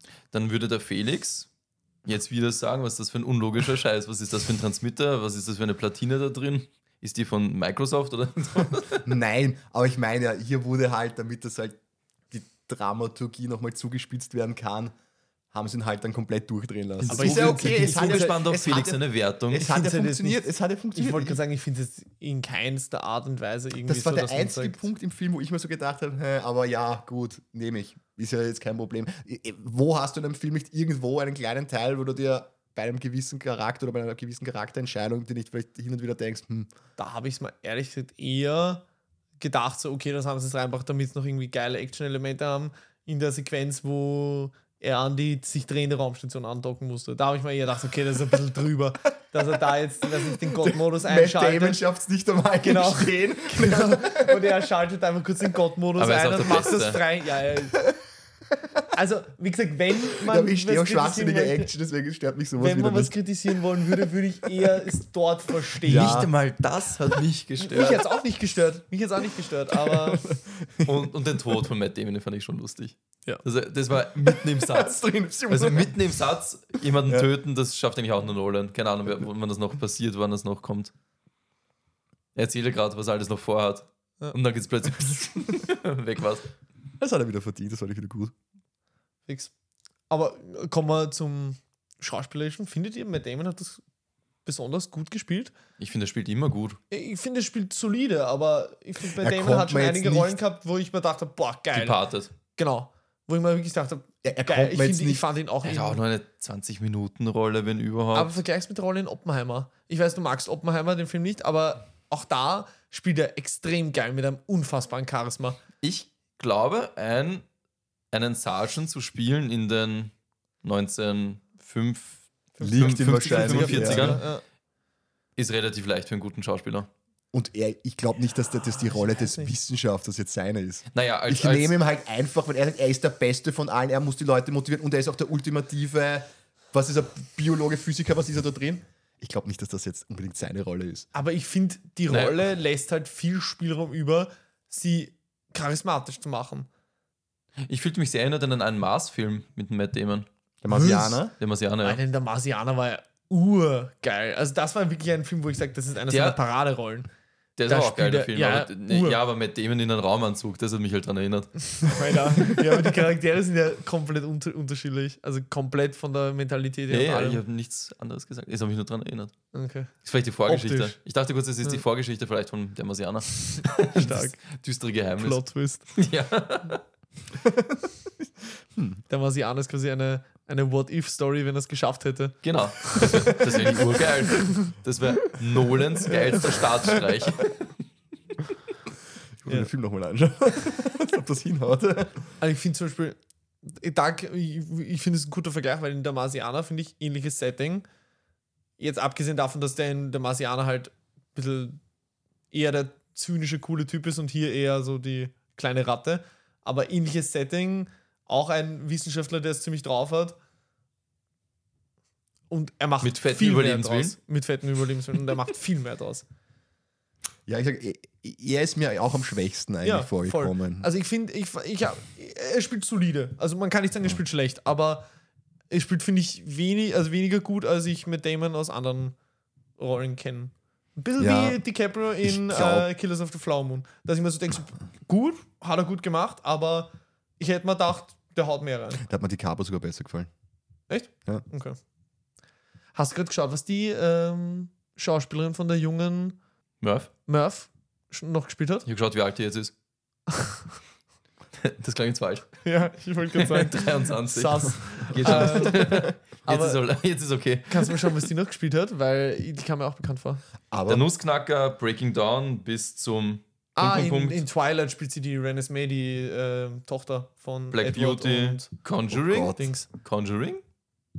[SPEAKER 2] Dann würde der Felix jetzt wieder sagen, was ist das für ein unlogischer Scheiß? Was ist das für ein Transmitter? Was ist das für eine Platine da drin? Ist die von Microsoft oder?
[SPEAKER 3] Nein, aber ich meine, ja, hier wurde halt, damit das halt die Dramaturgie nochmal zugespitzt werden kann, haben sie ihn halt dann komplett durchdrehen lassen.
[SPEAKER 1] Aber ist ja okay,
[SPEAKER 2] Ich bin so gespannt auf
[SPEAKER 3] es
[SPEAKER 2] Felix
[SPEAKER 3] hat
[SPEAKER 1] ne?
[SPEAKER 3] ja-
[SPEAKER 2] seine Wertung.
[SPEAKER 3] Es hat ja
[SPEAKER 1] find's halt jetzt
[SPEAKER 3] funktioniert,
[SPEAKER 1] nicht-
[SPEAKER 3] es hat ja
[SPEAKER 1] Ich wollte
[SPEAKER 3] funktioniert.
[SPEAKER 1] gerade sagen, ich finde es in keinster Art und Weise irgendwie
[SPEAKER 3] das war
[SPEAKER 1] so,
[SPEAKER 3] der
[SPEAKER 1] dass man
[SPEAKER 3] einzige
[SPEAKER 1] sagt,
[SPEAKER 3] Punkt im Film, wo ich mir so gedacht habe, hä, aber ja, gut, nehme ich. Ist ja jetzt kein Problem. I- i- Wo hast du in einem Film nicht irgendwo einen kleinen Teil, wo du dir bei einem gewissen Charakter oder bei einer gewissen Charakterentscheidung, die nicht vielleicht hin und wieder denkst, hm,
[SPEAKER 1] Da habe ich es mal ehrlich gesagt eher gedacht, so, okay, das haben sie es reinbracht, damit es noch irgendwie geile Action-Elemente haben. In der Sequenz, wo er an die sich drehende Raumstation andocken musste. Da habe ich mir eher gedacht, okay, das ist ein bisschen drüber, dass er da jetzt weiß nicht, den Gott-Modus
[SPEAKER 3] Matt Damon
[SPEAKER 1] einschaltet.
[SPEAKER 3] schafft es nicht einmal
[SPEAKER 1] Genau.
[SPEAKER 3] stehen.
[SPEAKER 1] Und er schaltet einfach kurz den Gott-Modus
[SPEAKER 2] Aber er ist
[SPEAKER 1] ein
[SPEAKER 2] auch
[SPEAKER 1] und
[SPEAKER 2] der
[SPEAKER 1] macht das
[SPEAKER 2] Beste.
[SPEAKER 1] frei. Ja, ja. Also, wie gesagt, wenn man.
[SPEAKER 3] Ja, aber ich stehe
[SPEAKER 1] was
[SPEAKER 3] auf schwachsinnige
[SPEAKER 1] kritisieren möchte-
[SPEAKER 3] eh Action, deswegen stört mich sowas
[SPEAKER 1] Wenn
[SPEAKER 3] wieder
[SPEAKER 1] man was
[SPEAKER 3] nicht.
[SPEAKER 1] kritisieren wollen würde, würde ich eher es dort verstehen.
[SPEAKER 3] Ja.
[SPEAKER 2] Nicht einmal das hat mich
[SPEAKER 1] Mich
[SPEAKER 2] gestört.
[SPEAKER 1] jetzt auch nicht gestört. Mich jetzt auch nicht gestört, aber
[SPEAKER 2] Und, und den Tod von Matt Damon den fand ich schon lustig.
[SPEAKER 1] Ja.
[SPEAKER 2] Also, das war mitten im Satz. Also mitten im Satz jemanden
[SPEAKER 3] Ja.
[SPEAKER 2] töten, das schafft eigentlich auch nur Nolan. Keine Ahnung, wer- wann das noch passiert, wann das noch kommt. Er erzähle gerade, was er alles noch vorhat.
[SPEAKER 1] Ja.
[SPEAKER 2] Und dann geht's plötzlich weg was.
[SPEAKER 3] Das hat er wieder verdient, das fand ich wieder gut.
[SPEAKER 1] fix. Aber äh, kommen wir zum Schauspielerischen. Findet ihr, Matt Damon hat das besonders gut gespielt?
[SPEAKER 2] Ich finde, er spielt immer gut.
[SPEAKER 1] Ich finde, er spielt solide, aber ich finde,
[SPEAKER 3] Er
[SPEAKER 1] Matt Damon
[SPEAKER 3] kommt
[SPEAKER 1] hat schon
[SPEAKER 3] mir jetzt
[SPEAKER 1] einige Rollen
[SPEAKER 3] nicht-
[SPEAKER 1] gedacht, wo ich mir dachte, boah, geil.
[SPEAKER 2] Departed.
[SPEAKER 1] Genau. Wo ich mir wirklich gedacht habe,
[SPEAKER 3] Er, er
[SPEAKER 1] geil,
[SPEAKER 3] kommt
[SPEAKER 1] ich,
[SPEAKER 3] mir jetzt
[SPEAKER 1] find, ich
[SPEAKER 3] nicht.
[SPEAKER 1] fand ihn auch
[SPEAKER 2] Er hat auch
[SPEAKER 1] eben-
[SPEAKER 2] nur eine 20-Minuten-Rolle, wenn überhaupt.
[SPEAKER 1] Aber vergleich's mit der Rolle in Oppenheimer. Ich weiß, du magst Oppenheimer, den Film nicht, aber auch da spielt er extrem geil mit einem unfassbaren Charisma.
[SPEAKER 2] ich glaube, ein, einen Sergeant zu spielen in den 1905
[SPEAKER 3] Liegt ihm
[SPEAKER 2] 50,
[SPEAKER 3] wahrscheinlich,
[SPEAKER 2] 45ern
[SPEAKER 3] ja.
[SPEAKER 2] ist relativ leicht für einen guten Schauspieler.
[SPEAKER 3] Und er, ich glaube nicht, dass das dass die Rolle des Wissenschaftlers jetzt seine ist.
[SPEAKER 2] Naja, als,
[SPEAKER 3] Ich
[SPEAKER 2] als
[SPEAKER 3] nehme ihm halt einfach, weil er sagt, er ist der Beste von allen, er muss die Leute motivieren und er ist auch der ultimative, was ist er, Biologe, Physiker, was ist er da drin? Ich glaube nicht, dass das jetzt unbedingt seine Rolle ist.
[SPEAKER 1] Aber ich finde, die
[SPEAKER 2] Naja.
[SPEAKER 1] Rolle lässt halt viel Spielraum über, sie charismatisch zu machen.
[SPEAKER 2] ich fühlte mich sehr erinnert an einen Mars-Film mit dem Matt Damon.
[SPEAKER 3] Der Marsianer?
[SPEAKER 2] Der Marsianer,
[SPEAKER 1] Weil
[SPEAKER 2] ja.
[SPEAKER 1] in der Marsianer war ja urgeil. Also das war wirklich ein Film, wo ich sage, das ist einer
[SPEAKER 2] Der-
[SPEAKER 1] seiner Paraderollen.
[SPEAKER 2] Der ist
[SPEAKER 1] da
[SPEAKER 2] auch geil, der
[SPEAKER 1] spielt
[SPEAKER 2] Film.
[SPEAKER 1] er- ja,
[SPEAKER 2] aber, ne,
[SPEAKER 1] Ur-
[SPEAKER 2] ja, aber Matt Damon in einem Raumanzug, das hat mich halt daran erinnert.
[SPEAKER 1] Weil da, ja, aber die Charaktere sind ja komplett unter unterschiedlich. Also komplett von der Mentalität
[SPEAKER 2] Ja,
[SPEAKER 1] her. und
[SPEAKER 2] ja,
[SPEAKER 1] allem.
[SPEAKER 2] ich habe nichts anderes gesagt. Ich habe mich nur daran erinnert.
[SPEAKER 1] Okay,
[SPEAKER 2] Ist vielleicht die Vorgeschichte.
[SPEAKER 1] Optisch.
[SPEAKER 2] Ich dachte kurz, es ist die
[SPEAKER 1] Ja.
[SPEAKER 2] Vorgeschichte vielleicht von der Marsianer.
[SPEAKER 1] stark.
[SPEAKER 2] Düstere Geheimnis.
[SPEAKER 1] Plot Twist.
[SPEAKER 2] Ja.
[SPEAKER 1] Der Marsianer ist quasi eine, eine What-If-Story, wenn er es geschafft hätte.
[SPEAKER 2] Genau. Das wäre wär die urgeil. Das wäre Nolans geilster Staatsstreich.
[SPEAKER 3] Ich wollte mir
[SPEAKER 1] Ja.
[SPEAKER 3] den Film nochmal anschauen, ob das hinhaut.
[SPEAKER 1] Also ich finde zum Beispiel, da, ich, ich finde es ein guter Vergleich, weil in der Marsianer finde ich ähnliches Setting. Jetzt abgesehen davon, dass der in der Marsianer halt ein bisschen eher der zynische, coole Typ ist und hier eher so die kleine Ratte. Aber ähnliches Setting, auch ein Wissenschaftler, der es ziemlich drauf hat. Und er macht
[SPEAKER 2] Mit fetten
[SPEAKER 1] viel mehr
[SPEAKER 2] Überlebenswillen?
[SPEAKER 1] draus. Mit fetten Überlebenswillen. Und er macht viel mehr draus.
[SPEAKER 3] Ja, ich sag, er- er ist mir auch am schwächsten eigentlich
[SPEAKER 1] Ja, voll.
[SPEAKER 3] vorgekommen.
[SPEAKER 1] Also ich finde, ich, ich, hab- er spielt solide. Also man kann nicht sagen, er spielt schlecht, aber er spielt, finde ich, wenig, also weniger gut, als ich mit Damon aus anderen Rollen kenne. Ein bisschen
[SPEAKER 3] Ja.
[SPEAKER 1] wie DiCaprio in
[SPEAKER 3] Ich glaub-
[SPEAKER 1] äh, Killers of the Flower Moon. Dass ich mir so denke, so, gut, hat er gut gemacht, aber ich hätte mir gedacht, der haut mehr rein.
[SPEAKER 3] Da hat mir die Cabo sogar besser gefallen.
[SPEAKER 1] Echt?
[SPEAKER 3] Ja.
[SPEAKER 1] Okay. Hast du gerade geschaut, was die ähm, Schauspielerin von der jungen
[SPEAKER 2] Murph?
[SPEAKER 1] Murph schon noch gespielt hat.
[SPEAKER 2] Ich habe geschaut, wie alt die jetzt ist. das klang jetzt falsch.
[SPEAKER 1] Ja, ich wollte gerade
[SPEAKER 2] 23.
[SPEAKER 1] Sass.
[SPEAKER 2] Geht schon.
[SPEAKER 1] äh,
[SPEAKER 2] jetzt,
[SPEAKER 1] aber-
[SPEAKER 2] ist, all- jetzt ist okay.
[SPEAKER 1] kannst du mal schauen, was die noch gespielt hat, weil die kam mir auch bekannt vor.
[SPEAKER 2] Der
[SPEAKER 3] Aber
[SPEAKER 2] Nussknacker, Breaking Down bis zum
[SPEAKER 1] Ah,
[SPEAKER 2] Punkt,
[SPEAKER 1] in,
[SPEAKER 2] Punkt,
[SPEAKER 1] in Twilight spielt sie die Renes May, die ähm, Tochter von
[SPEAKER 2] Black
[SPEAKER 1] Edward
[SPEAKER 2] Beauty.
[SPEAKER 1] und
[SPEAKER 2] Conjuring.
[SPEAKER 3] Oh Gott.
[SPEAKER 1] Dings. Äh,
[SPEAKER 2] Conjuring?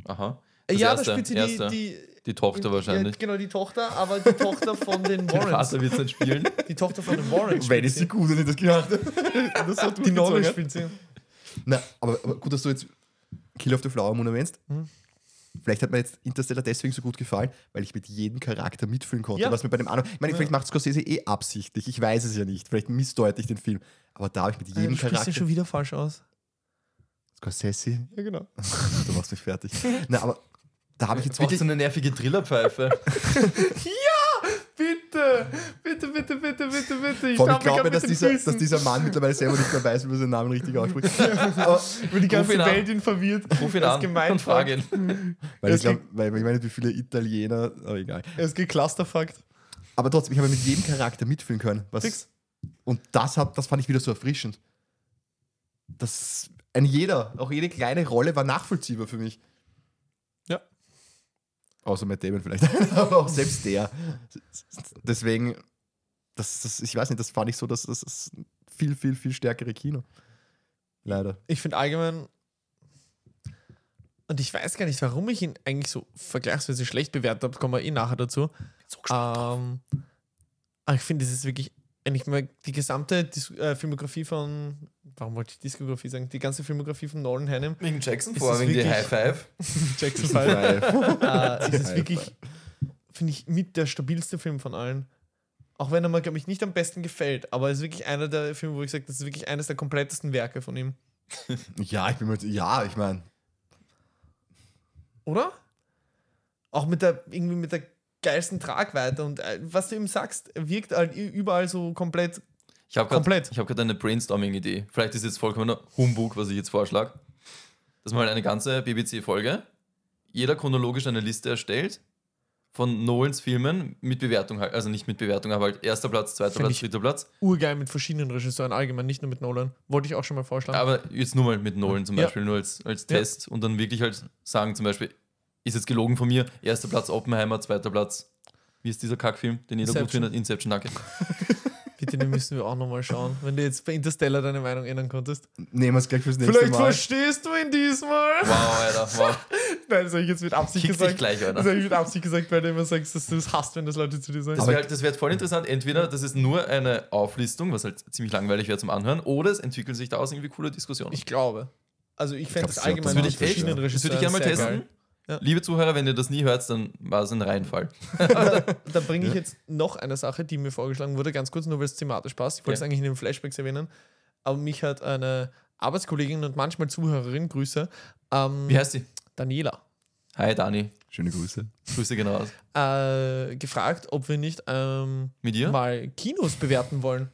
[SPEAKER 2] Aha. Das
[SPEAKER 1] Ja,
[SPEAKER 2] erste,
[SPEAKER 1] da spielt sie
[SPEAKER 2] erste.
[SPEAKER 1] die,
[SPEAKER 2] Die
[SPEAKER 1] die
[SPEAKER 2] Tochter wahrscheinlich.
[SPEAKER 1] Ja, genau, die Tochter, aber die Tochter von den
[SPEAKER 2] Der
[SPEAKER 1] Warrens.
[SPEAKER 2] Vater wird es nicht spielen.
[SPEAKER 1] Die Tochter von den Warrens.
[SPEAKER 3] wenn
[SPEAKER 1] spielt
[SPEAKER 3] ich sie gut hätte, das gemacht habe. das hat
[SPEAKER 1] Die Nolle
[SPEAKER 3] durchgezogen.
[SPEAKER 1] spielt sie.
[SPEAKER 3] Na, aber, aber gut, dass du jetzt Kill of the Flower Moon erwähnst.
[SPEAKER 1] Hm.
[SPEAKER 3] Vielleicht hat mir jetzt Interstellar deswegen so gut gefallen, weil ich mit jedem Charakter mitfühlen konnte.
[SPEAKER 1] Ja.
[SPEAKER 3] Was mir bei dem anderen. Ich meine,
[SPEAKER 1] Ja.
[SPEAKER 3] vielleicht macht Scorsese eh absichtlich. Ich weiß es ja nicht. Vielleicht missdeute ich den Film. Aber da habe ich mit
[SPEAKER 1] Äh,
[SPEAKER 3] jedem
[SPEAKER 1] Du sprichst
[SPEAKER 3] Charakter.
[SPEAKER 1] ja schon wieder falsch aus.
[SPEAKER 3] Scorsese,
[SPEAKER 1] Ja, genau.
[SPEAKER 3] du machst mich fertig. Na, aber da habe ich
[SPEAKER 1] Oh,
[SPEAKER 3] jetzt
[SPEAKER 2] Braucht
[SPEAKER 3] wirklich.
[SPEAKER 2] so eine nervige Trillerpfeife.
[SPEAKER 1] Bitte, bitte, bitte, bitte, bitte, bitte.
[SPEAKER 3] Vor allem,
[SPEAKER 1] darf
[SPEAKER 3] ich glaube,
[SPEAKER 1] mich
[SPEAKER 3] dass
[SPEAKER 1] an mit
[SPEAKER 3] dieser,
[SPEAKER 1] den
[SPEAKER 3] dass
[SPEAKER 1] Füßen.
[SPEAKER 3] dieser Mann mittlerweile selber nicht mehr weiß, wie man seinen Namen richtig ausspricht. Aber,
[SPEAKER 1] Über die ganze
[SPEAKER 2] ihn an.
[SPEAKER 1] Welt ihn verwirrt.
[SPEAKER 2] Ruf ihn
[SPEAKER 1] Er ist
[SPEAKER 2] an
[SPEAKER 1] gemein,
[SPEAKER 2] und frag ihn.
[SPEAKER 3] weil, ich
[SPEAKER 1] Es
[SPEAKER 3] glaub, weil weil ich meine, wie viele Italiener, aber egal.
[SPEAKER 1] Er ist geclusterfuckt.
[SPEAKER 3] Aber trotzdem, ich habe mit jedem Charakter mitfühlen können. Was,
[SPEAKER 1] Fix.
[SPEAKER 3] Und das, hat, das fand ich wieder so erfrischend. Das, ein jeder, auch jede kleine Rolle war nachvollziehbar für mich.
[SPEAKER 1] Ja.
[SPEAKER 3] Außer Matt Damon vielleicht, aber auch selbst der. Deswegen, das, das, ich weiß nicht, das fand ich so, dass das ist viel, viel, viel stärkere Kino. Leider.
[SPEAKER 1] Ich finde allgemein, und ich weiß gar nicht, warum ich ihn eigentlich so vergleichsweise schlecht bewertet habe, kommen wir eh nachher dazu. Ähm, aber ich finde, es ist wirklich, wenn ich mir die gesamte Dis äh, Filmografie von, warum wollte ich Diskografie sagen, die ganze Filmografie von Nolan hernehme,
[SPEAKER 2] Wegen Jackson
[SPEAKER 1] Ist
[SPEAKER 2] vor,
[SPEAKER 1] es
[SPEAKER 2] wegen die
[SPEAKER 1] wirklich-
[SPEAKER 2] High Five.
[SPEAKER 1] Jackson Fall,
[SPEAKER 3] Weil-
[SPEAKER 1] äh, ist es
[SPEAKER 3] Fall.
[SPEAKER 1] wirklich, finde ich, mit der stabilste Film von allen. Auch wenn er mir, glaube ich, nicht am besten gefällt, aber es ist wirklich einer der Filme, wo ich sage, das ist wirklich eines der komplettesten Werke von ihm.
[SPEAKER 3] ja, ich bin mit, ja, ich meine,
[SPEAKER 1] Oder? Auch mit der, irgendwie mit der geilsten Tragweite und äh, was du ihm sagst, wirkt halt ü- überall so komplett.
[SPEAKER 2] Ich habe gerade
[SPEAKER 1] Komplett.
[SPEAKER 2] hab grad eine Brainstorming-Idee. Vielleicht ist jetzt vollkommener Humbug, was ich jetzt vorschlage. Dass man halt eine ganze BBC-Folge, jeder chronologisch eine Liste erstellt von Nolans Filmen mit Bewertung halt. Also nicht mit Bewertung, aber halt erster Platz, zweiter
[SPEAKER 1] Find
[SPEAKER 2] Platz,
[SPEAKER 1] ich-
[SPEAKER 2] dritter Platz.
[SPEAKER 1] Urgeil mit verschiedenen Regisseuren allgemein, nicht nur mit Nolan. Wollte ich auch schon mal vorschlagen.
[SPEAKER 2] Aber jetzt nur mal mit Nolan zum
[SPEAKER 1] Ja.
[SPEAKER 2] Beispiel, nur als, als
[SPEAKER 1] Ja.
[SPEAKER 2] Test und dann wirklich halt sagen, zum Beispiel, ist jetzt gelogen von mir, erster Platz Oppenheimer, zweiter Platz. Wie ist dieser Kackfilm, den jeder gut
[SPEAKER 1] Inception.
[SPEAKER 2] findet? Inception, danke.
[SPEAKER 1] Bitte, den müssen wir auch nochmal schauen, wenn du jetzt bei Interstellar deine Meinung ändern konntest.
[SPEAKER 3] nehmen wir es gleich fürs nächste
[SPEAKER 1] Vielleicht
[SPEAKER 3] Mal.
[SPEAKER 1] verstehst du ihn diesmal.
[SPEAKER 2] Wow, Alter, wow.
[SPEAKER 1] Nein, das habe ich jetzt mit Absicht
[SPEAKER 2] Kick dich
[SPEAKER 1] gesagt. Also,
[SPEAKER 2] gleich, Alter.
[SPEAKER 1] Das habe ich mit Absicht gesagt, weil du immer sagst, dass du es hasst, wenn das Leute zu dir sagen.
[SPEAKER 2] Das wäre halt, das wär jetzt voll interessant. Entweder das ist nur eine Auflistung, was halt ziemlich langweilig wäre zum Anhören, oder es entwickeln sich daraus irgendwie coole Diskussionen.
[SPEAKER 1] ich glaube. Also ich fände das
[SPEAKER 3] glaub, das wird-
[SPEAKER 1] allgemein
[SPEAKER 3] das
[SPEAKER 2] würde
[SPEAKER 1] mit
[SPEAKER 2] ich echt-
[SPEAKER 1] verschiedenen
[SPEAKER 2] das würde
[SPEAKER 1] Regisseuren
[SPEAKER 2] ich gerne mal
[SPEAKER 1] sehr
[SPEAKER 2] testen.
[SPEAKER 1] geil. Ja.
[SPEAKER 2] Liebe Zuhörer, wenn ihr das nie hört, dann war es ein Reinfall.
[SPEAKER 1] Da bringe ich jetzt noch eine Sache, die mir vorgeschlagen wurde, ganz kurz, nur weil es thematisch passt. Ich
[SPEAKER 2] Ja.
[SPEAKER 1] wollte es eigentlich in den Flashbacks erwähnen, aber mich hat eine Arbeitskollegin und manchmal Zuhörerin, Grüße, ähm,
[SPEAKER 2] Wie heißt sie?
[SPEAKER 1] Daniela,
[SPEAKER 2] Hi, Dani.
[SPEAKER 3] Schöne Grüße.
[SPEAKER 2] Grüße gehen raus.
[SPEAKER 1] äh, gefragt, ob wir nicht ähm,
[SPEAKER 2] Mit ihr?
[SPEAKER 1] mal Kinos bewerten wollen.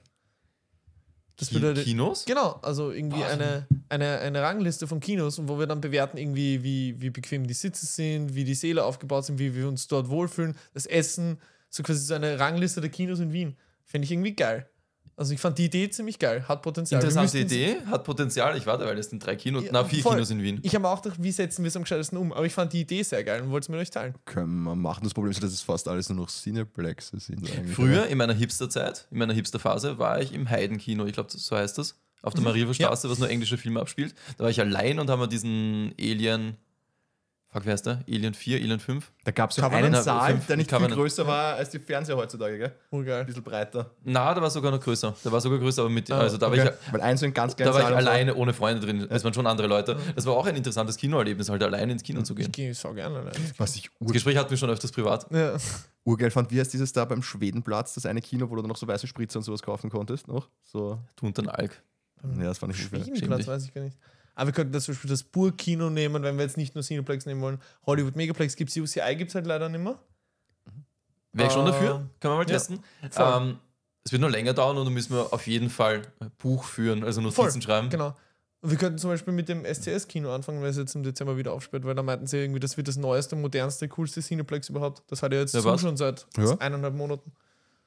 [SPEAKER 1] Das
[SPEAKER 2] Ki-
[SPEAKER 1] bedeutet,
[SPEAKER 2] Kinos?
[SPEAKER 1] Genau, also irgendwie
[SPEAKER 2] Boah,
[SPEAKER 1] eine, eine, eine Rangliste von Kinos und wo wir dann bewerten, irgendwie, wie, wie bequem die Sitze sind, wie die Säle aufgebaut sind, wie wir uns dort wohlfühlen, das Essen, so quasi so eine Rangliste der Kinos in Wien. Fände ich irgendwie geil. Also ich fand die Idee ziemlich geil, hat Potenzial. Wir
[SPEAKER 2] Interessante
[SPEAKER 1] müssten's-
[SPEAKER 2] Idee, hat Potenzial. Ich warte, weil das sind drei Kinos,
[SPEAKER 1] Ja,
[SPEAKER 2] na vier
[SPEAKER 1] voll.
[SPEAKER 2] Kinos in Wien.
[SPEAKER 1] Ich habe mir auch gedacht, wie setzen wir es am gescheitesten um, aber ich fand die Idee sehr geil und wollte es mit euch teilen.
[SPEAKER 3] können wir machen. Das Problem ist, dass es fast alles nur noch Cineplexe sind. Eigentlich.
[SPEAKER 2] Früher, in meiner Hipster-Zeit, in meiner Hipster-Phase, war ich im Heidenkino, ich glaube, so heißt das, auf
[SPEAKER 1] Mhm.
[SPEAKER 2] der Mariastraße, was nur englische Filme abspielt. Da war ich allein und haben wir diesen Alien, fuck, wer heißt der? Alien 4, Alien 5?
[SPEAKER 3] Da gab es ja
[SPEAKER 2] Covenant.
[SPEAKER 3] einen
[SPEAKER 2] Na,
[SPEAKER 3] Saal,
[SPEAKER 2] fünf-
[SPEAKER 3] der nicht viel
[SPEAKER 2] Covenant.
[SPEAKER 3] größer war als die Fernseher heutzutage, gell?
[SPEAKER 1] Oh,
[SPEAKER 3] Ein
[SPEAKER 1] geil.
[SPEAKER 3] bisschen breiter.
[SPEAKER 2] Na, der war sogar noch größer. Der war sogar größer, aber mit,
[SPEAKER 1] Ah,
[SPEAKER 2] also da war
[SPEAKER 1] okay.
[SPEAKER 2] ich
[SPEAKER 3] Weil eins so ein ganz kleiner
[SPEAKER 2] Da war ich
[SPEAKER 3] Saal und so.
[SPEAKER 2] alleine ohne Freunde drin. Es waren schon andere Leute. Das war auch ein interessantes Kinoerlebnis, halt alleine ins Kino zu
[SPEAKER 1] Ich
[SPEAKER 2] gehen.
[SPEAKER 1] gehe so gerne. Ne?
[SPEAKER 3] Was ich
[SPEAKER 2] Das
[SPEAKER 3] ur
[SPEAKER 2] Gespräch hatten wir schon öfters privat.
[SPEAKER 1] Ja.
[SPEAKER 3] urgeil fand, wie heißt dieses da beim Schwedenplatz, das eine Kino, wo du noch so weiße Spritzer und sowas kaufen konntest? Noch? So.
[SPEAKER 2] Du und dann Alk. Ähm,
[SPEAKER 3] Ja, das fand ich ur-
[SPEAKER 1] Schwedenplatz
[SPEAKER 2] dich.
[SPEAKER 1] weiß ich gar nicht. Aber wir könnten das zum Beispiel das Burg-Kino nehmen, wenn wir jetzt nicht nur Cineplex nehmen wollen. Hollywood Megaplex gibt es, UCI gibt es halt leider nicht mehr.
[SPEAKER 2] Wäre ich schon
[SPEAKER 1] Ähm,
[SPEAKER 2] dafür? Können wir mal
[SPEAKER 1] ja,
[SPEAKER 2] testen.
[SPEAKER 1] voll.
[SPEAKER 2] ähm, es wird nur länger dauern und dann müssen wir auf jeden Fall Buch führen, also Notizen
[SPEAKER 1] Voll,
[SPEAKER 2] schreiben.
[SPEAKER 1] Genau. Und wir könnten zum Beispiel mit dem SCS-Kino anfangen, weil es jetzt im Dezember wieder aufsperrt, weil da meinten sie irgendwie, das wird das neueste, modernste, coolste Cineplex überhaupt. Das hat ja jetzt
[SPEAKER 2] Ja,
[SPEAKER 1] zu
[SPEAKER 2] was?
[SPEAKER 1] schon seit
[SPEAKER 3] Ja.
[SPEAKER 1] eineinhalb Monaten.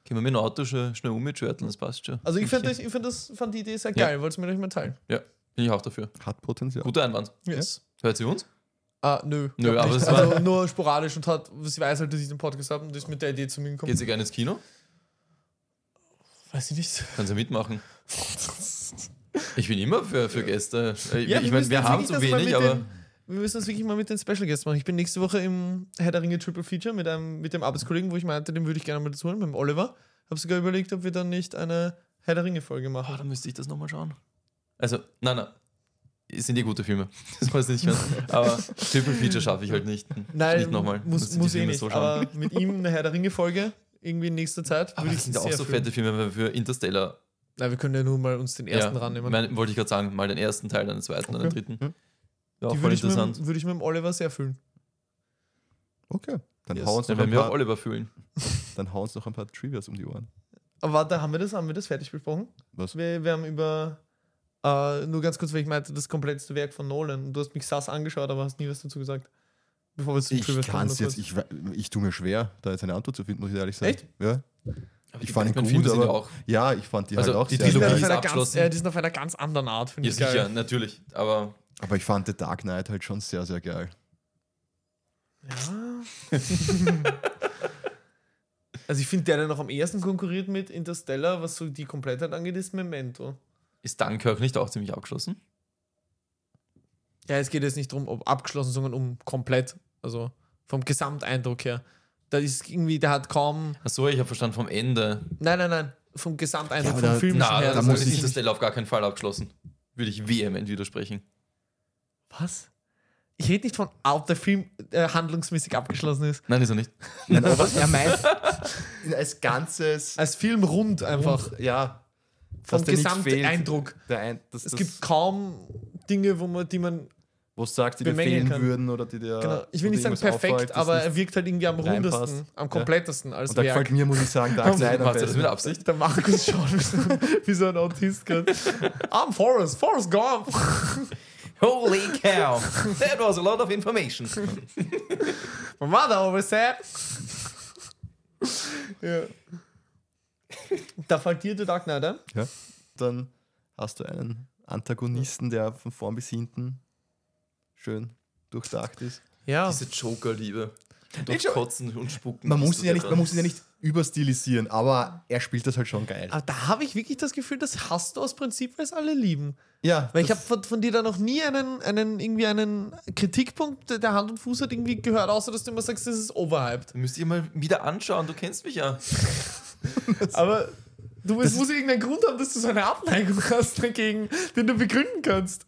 [SPEAKER 2] Können wir mit dem Auto schon schnell umschwerteln, das passt schon.
[SPEAKER 1] Also ich, fand, das- ich fand, das, fand die Idee sehr geil, wollte es mir nicht mehr teilen.
[SPEAKER 2] Ja, bin ich auch dafür.
[SPEAKER 3] Hat Potenzial.
[SPEAKER 2] Guter Einwand.
[SPEAKER 1] Yes.
[SPEAKER 2] Hört sie uns?
[SPEAKER 1] Ah, nö.
[SPEAKER 2] Nö,
[SPEAKER 1] Glaub
[SPEAKER 2] aber
[SPEAKER 1] nicht.
[SPEAKER 2] es war-
[SPEAKER 1] also nur sporadisch und hat, sie weiß halt, dass ich den Podcast habe und ist mit der Idee zu mir gekommen.
[SPEAKER 2] Geht sie gerne ins Kino?
[SPEAKER 1] Weiß ich nicht.
[SPEAKER 2] Kann sie mitmachen. Ich bin immer für, für Gäste. Äh,
[SPEAKER 1] Ja,
[SPEAKER 2] ich
[SPEAKER 1] wir
[SPEAKER 2] meine,
[SPEAKER 1] müssen
[SPEAKER 2] wir
[SPEAKER 1] jetzt
[SPEAKER 2] haben
[SPEAKER 1] wirklich
[SPEAKER 2] zu
[SPEAKER 1] das mal
[SPEAKER 2] wenig,
[SPEAKER 1] mit
[SPEAKER 2] aber
[SPEAKER 1] den- Wir müssen das wirklich mal mit den Special Guests machen. Ich bin nächste Woche im Herr der Ringe Triple Feature mit einem mit dem Arbeitskollegen, wo ich meinte, den würde ich gerne mal dazu holen, beim Oliver. Habe sogar überlegt, ob wir dann nicht eine Herr der Ringe Folge
[SPEAKER 2] Ah, da
[SPEAKER 1] machen.
[SPEAKER 2] müsste ich das nochmal schauen. Also, nein, nein. Es sind eh gute Filme. Das weiß ich nicht mehr. Aber Triple Feature schaffe ich halt nicht.
[SPEAKER 1] Nein,
[SPEAKER 2] nicht nochmal.
[SPEAKER 1] muss,
[SPEAKER 2] Müsste die
[SPEAKER 1] muss eh
[SPEAKER 2] Filme
[SPEAKER 1] nicht. aber mit ihm eine Herr der Ringe Folge irgendwie in nächster Zeit
[SPEAKER 2] aber das sind ja auch so
[SPEAKER 1] fühlen.
[SPEAKER 2] fette Filme, weil für Interstellar.
[SPEAKER 1] Na, wir können ja nur mal uns den ersten rannehmen.
[SPEAKER 2] Mein, wollte ich gerade sagen, mal den ersten Teil, dann den zweiten, dann
[SPEAKER 1] Okay.
[SPEAKER 2] den dritten.
[SPEAKER 3] Hm.
[SPEAKER 2] Ja,
[SPEAKER 1] Die
[SPEAKER 2] auch voll
[SPEAKER 1] würde ich, mit
[SPEAKER 2] interessant.
[SPEAKER 1] dem- würde ich mit dem Oliver sehr fühlen.
[SPEAKER 3] Okay. Dann
[SPEAKER 1] Yes.
[SPEAKER 3] hau uns
[SPEAKER 2] Dann
[SPEAKER 3] noch ein
[SPEAKER 2] werden wir auch
[SPEAKER 3] paar,
[SPEAKER 2] Oliver fühlen.
[SPEAKER 3] dann hau uns noch ein paar Trivias um die Ohren.
[SPEAKER 1] Aber warte, haben wir das, haben wir das fertig besprochen?
[SPEAKER 3] Was?
[SPEAKER 1] Wir, wir haben über äh, nur ganz kurz, weil ich meinte, das kompletteste Werk von Nolan. Und Du hast mich sass angeschaut, aber hast nie was dazu gesagt. Bevor wir zu den
[SPEAKER 3] Ich
[SPEAKER 1] Previews kommen,
[SPEAKER 3] kann's
[SPEAKER 1] nur
[SPEAKER 3] jetzt,
[SPEAKER 1] kurz.
[SPEAKER 3] ich, we- ich tue mir schwer, da jetzt eine Antwort zu finden, muss ich ehrlich sagen.
[SPEAKER 1] Echt?
[SPEAKER 3] Ja.
[SPEAKER 2] Aber die
[SPEAKER 3] Ich fand ihn
[SPEAKER 2] Batman-Filme
[SPEAKER 3] gut,
[SPEAKER 2] sind ja
[SPEAKER 3] aber-
[SPEAKER 2] auch.
[SPEAKER 3] Ja, ich fand die
[SPEAKER 2] Also,
[SPEAKER 3] halt auch
[SPEAKER 2] die
[SPEAKER 1] Die
[SPEAKER 3] sehr
[SPEAKER 1] sind,
[SPEAKER 2] Trilogie
[SPEAKER 1] auf
[SPEAKER 2] ist
[SPEAKER 3] geil.
[SPEAKER 1] einer ganz,
[SPEAKER 2] abgeschlossen.
[SPEAKER 1] äh, die sind auf einer ganz anderen Art, finde
[SPEAKER 2] Ja,
[SPEAKER 1] ich geil.
[SPEAKER 2] sicher, natürlich. Aber
[SPEAKER 3] Aber ich fand The Dark Knight halt schon sehr, sehr geil.
[SPEAKER 1] Ja. also ich finde, der, der noch am ersten konkurriert mit Interstellar, was so die Komplettheit angeht, ist Memento.
[SPEAKER 2] ist Dunkirk nicht auch ziemlich abgeschlossen?
[SPEAKER 1] Ja, es geht jetzt nicht darum, ob abgeschlossen, sondern um komplett. Also vom Gesamteindruck her. Da ist irgendwie, der hat kaum.
[SPEAKER 2] Achso, ich habe verstanden vom Ende.
[SPEAKER 1] Nein, nein, nein. Vom Gesamteindruck,
[SPEAKER 3] Ja, aber
[SPEAKER 1] vom
[SPEAKER 3] da-
[SPEAKER 1] Film
[SPEAKER 2] Na,
[SPEAKER 1] her.
[SPEAKER 2] da
[SPEAKER 1] das
[SPEAKER 2] muss
[SPEAKER 1] ist
[SPEAKER 2] ich
[SPEAKER 1] nicht-
[SPEAKER 2] Interstellar auf gar keinen Fall abgeschlossen. Würde ich vehement widersprechen.
[SPEAKER 1] Was? Ich rede nicht von, ah, ob der Film äh, handlungsmäßig abgeschlossen ist.
[SPEAKER 2] Nein, ist er nicht.
[SPEAKER 3] Nein, aber was er meint, als Ganzes.
[SPEAKER 1] Als Film rund einfach.
[SPEAKER 3] ja.
[SPEAKER 1] Vom
[SPEAKER 3] Also, dass der nicht fehlt.
[SPEAKER 1] Gesamteindruck.
[SPEAKER 3] Der ein, das,
[SPEAKER 1] Es
[SPEAKER 3] das,
[SPEAKER 1] gibt kaum Dinge, wo man, die man.
[SPEAKER 3] wo es sagt, die dir
[SPEAKER 1] bemängeln
[SPEAKER 3] fehlen
[SPEAKER 1] kann.
[SPEAKER 3] würden oder die dir.
[SPEAKER 1] genau, ich
[SPEAKER 3] wo
[SPEAKER 1] will nicht sagen
[SPEAKER 3] dir irgendwas
[SPEAKER 1] perfekt,
[SPEAKER 3] auffällt, das
[SPEAKER 1] aber
[SPEAKER 3] nicht-
[SPEAKER 1] er wirkt halt irgendwie am
[SPEAKER 3] reinpasst.
[SPEAKER 1] rundesten, am
[SPEAKER 3] Ja.
[SPEAKER 1] komplettesten als
[SPEAKER 3] Und da gefällt
[SPEAKER 1] Werk.
[SPEAKER 3] mir, muss ich sagen, Dark Knight am
[SPEAKER 2] Macht er das mit
[SPEAKER 3] besten.
[SPEAKER 2] Absicht?
[SPEAKER 1] Der Markus schaut wie so, wie so ein Autist gerade. I'm Forrest, Forrest Gump.
[SPEAKER 2] Holy cow! That was a lot of information.
[SPEAKER 1] My mother always said. ja. Da fällt dir The Dark Knight ein?
[SPEAKER 3] Dann hast du einen Antagonisten, der von vorn bis hinten schön durchdacht ist.
[SPEAKER 1] Ja.
[SPEAKER 2] Diese Joker-Liebe.
[SPEAKER 1] Ich
[SPEAKER 2] Durch
[SPEAKER 1] schon-
[SPEAKER 2] Kotzen und Spucken.
[SPEAKER 3] Man muss
[SPEAKER 2] ist
[SPEAKER 3] ihn ja
[SPEAKER 2] das
[SPEAKER 3] nicht,
[SPEAKER 2] etwas.
[SPEAKER 3] man muss ihn ja nicht überstilisieren, aber er spielt das halt schon geil.
[SPEAKER 1] Aber da habe ich wirklich das Gefühl, das hast du aus Prinzip, weil es alle lieben.
[SPEAKER 3] Ja,
[SPEAKER 1] Weil ich habe
[SPEAKER 3] das-
[SPEAKER 1] von, von dir da noch nie einen, einen, irgendwie einen Kritikpunkt, der- der Hand und Fuß hat, irgendwie gehört, außer dass du immer sagst, das ist overhyped.
[SPEAKER 2] Dann müsst ihr mal wieder anschauen, du kennst mich ja.
[SPEAKER 1] Aber du es muss irgendeinen Grund haben, dass du so eine Abneigung hast dagegen, den du begründen kannst.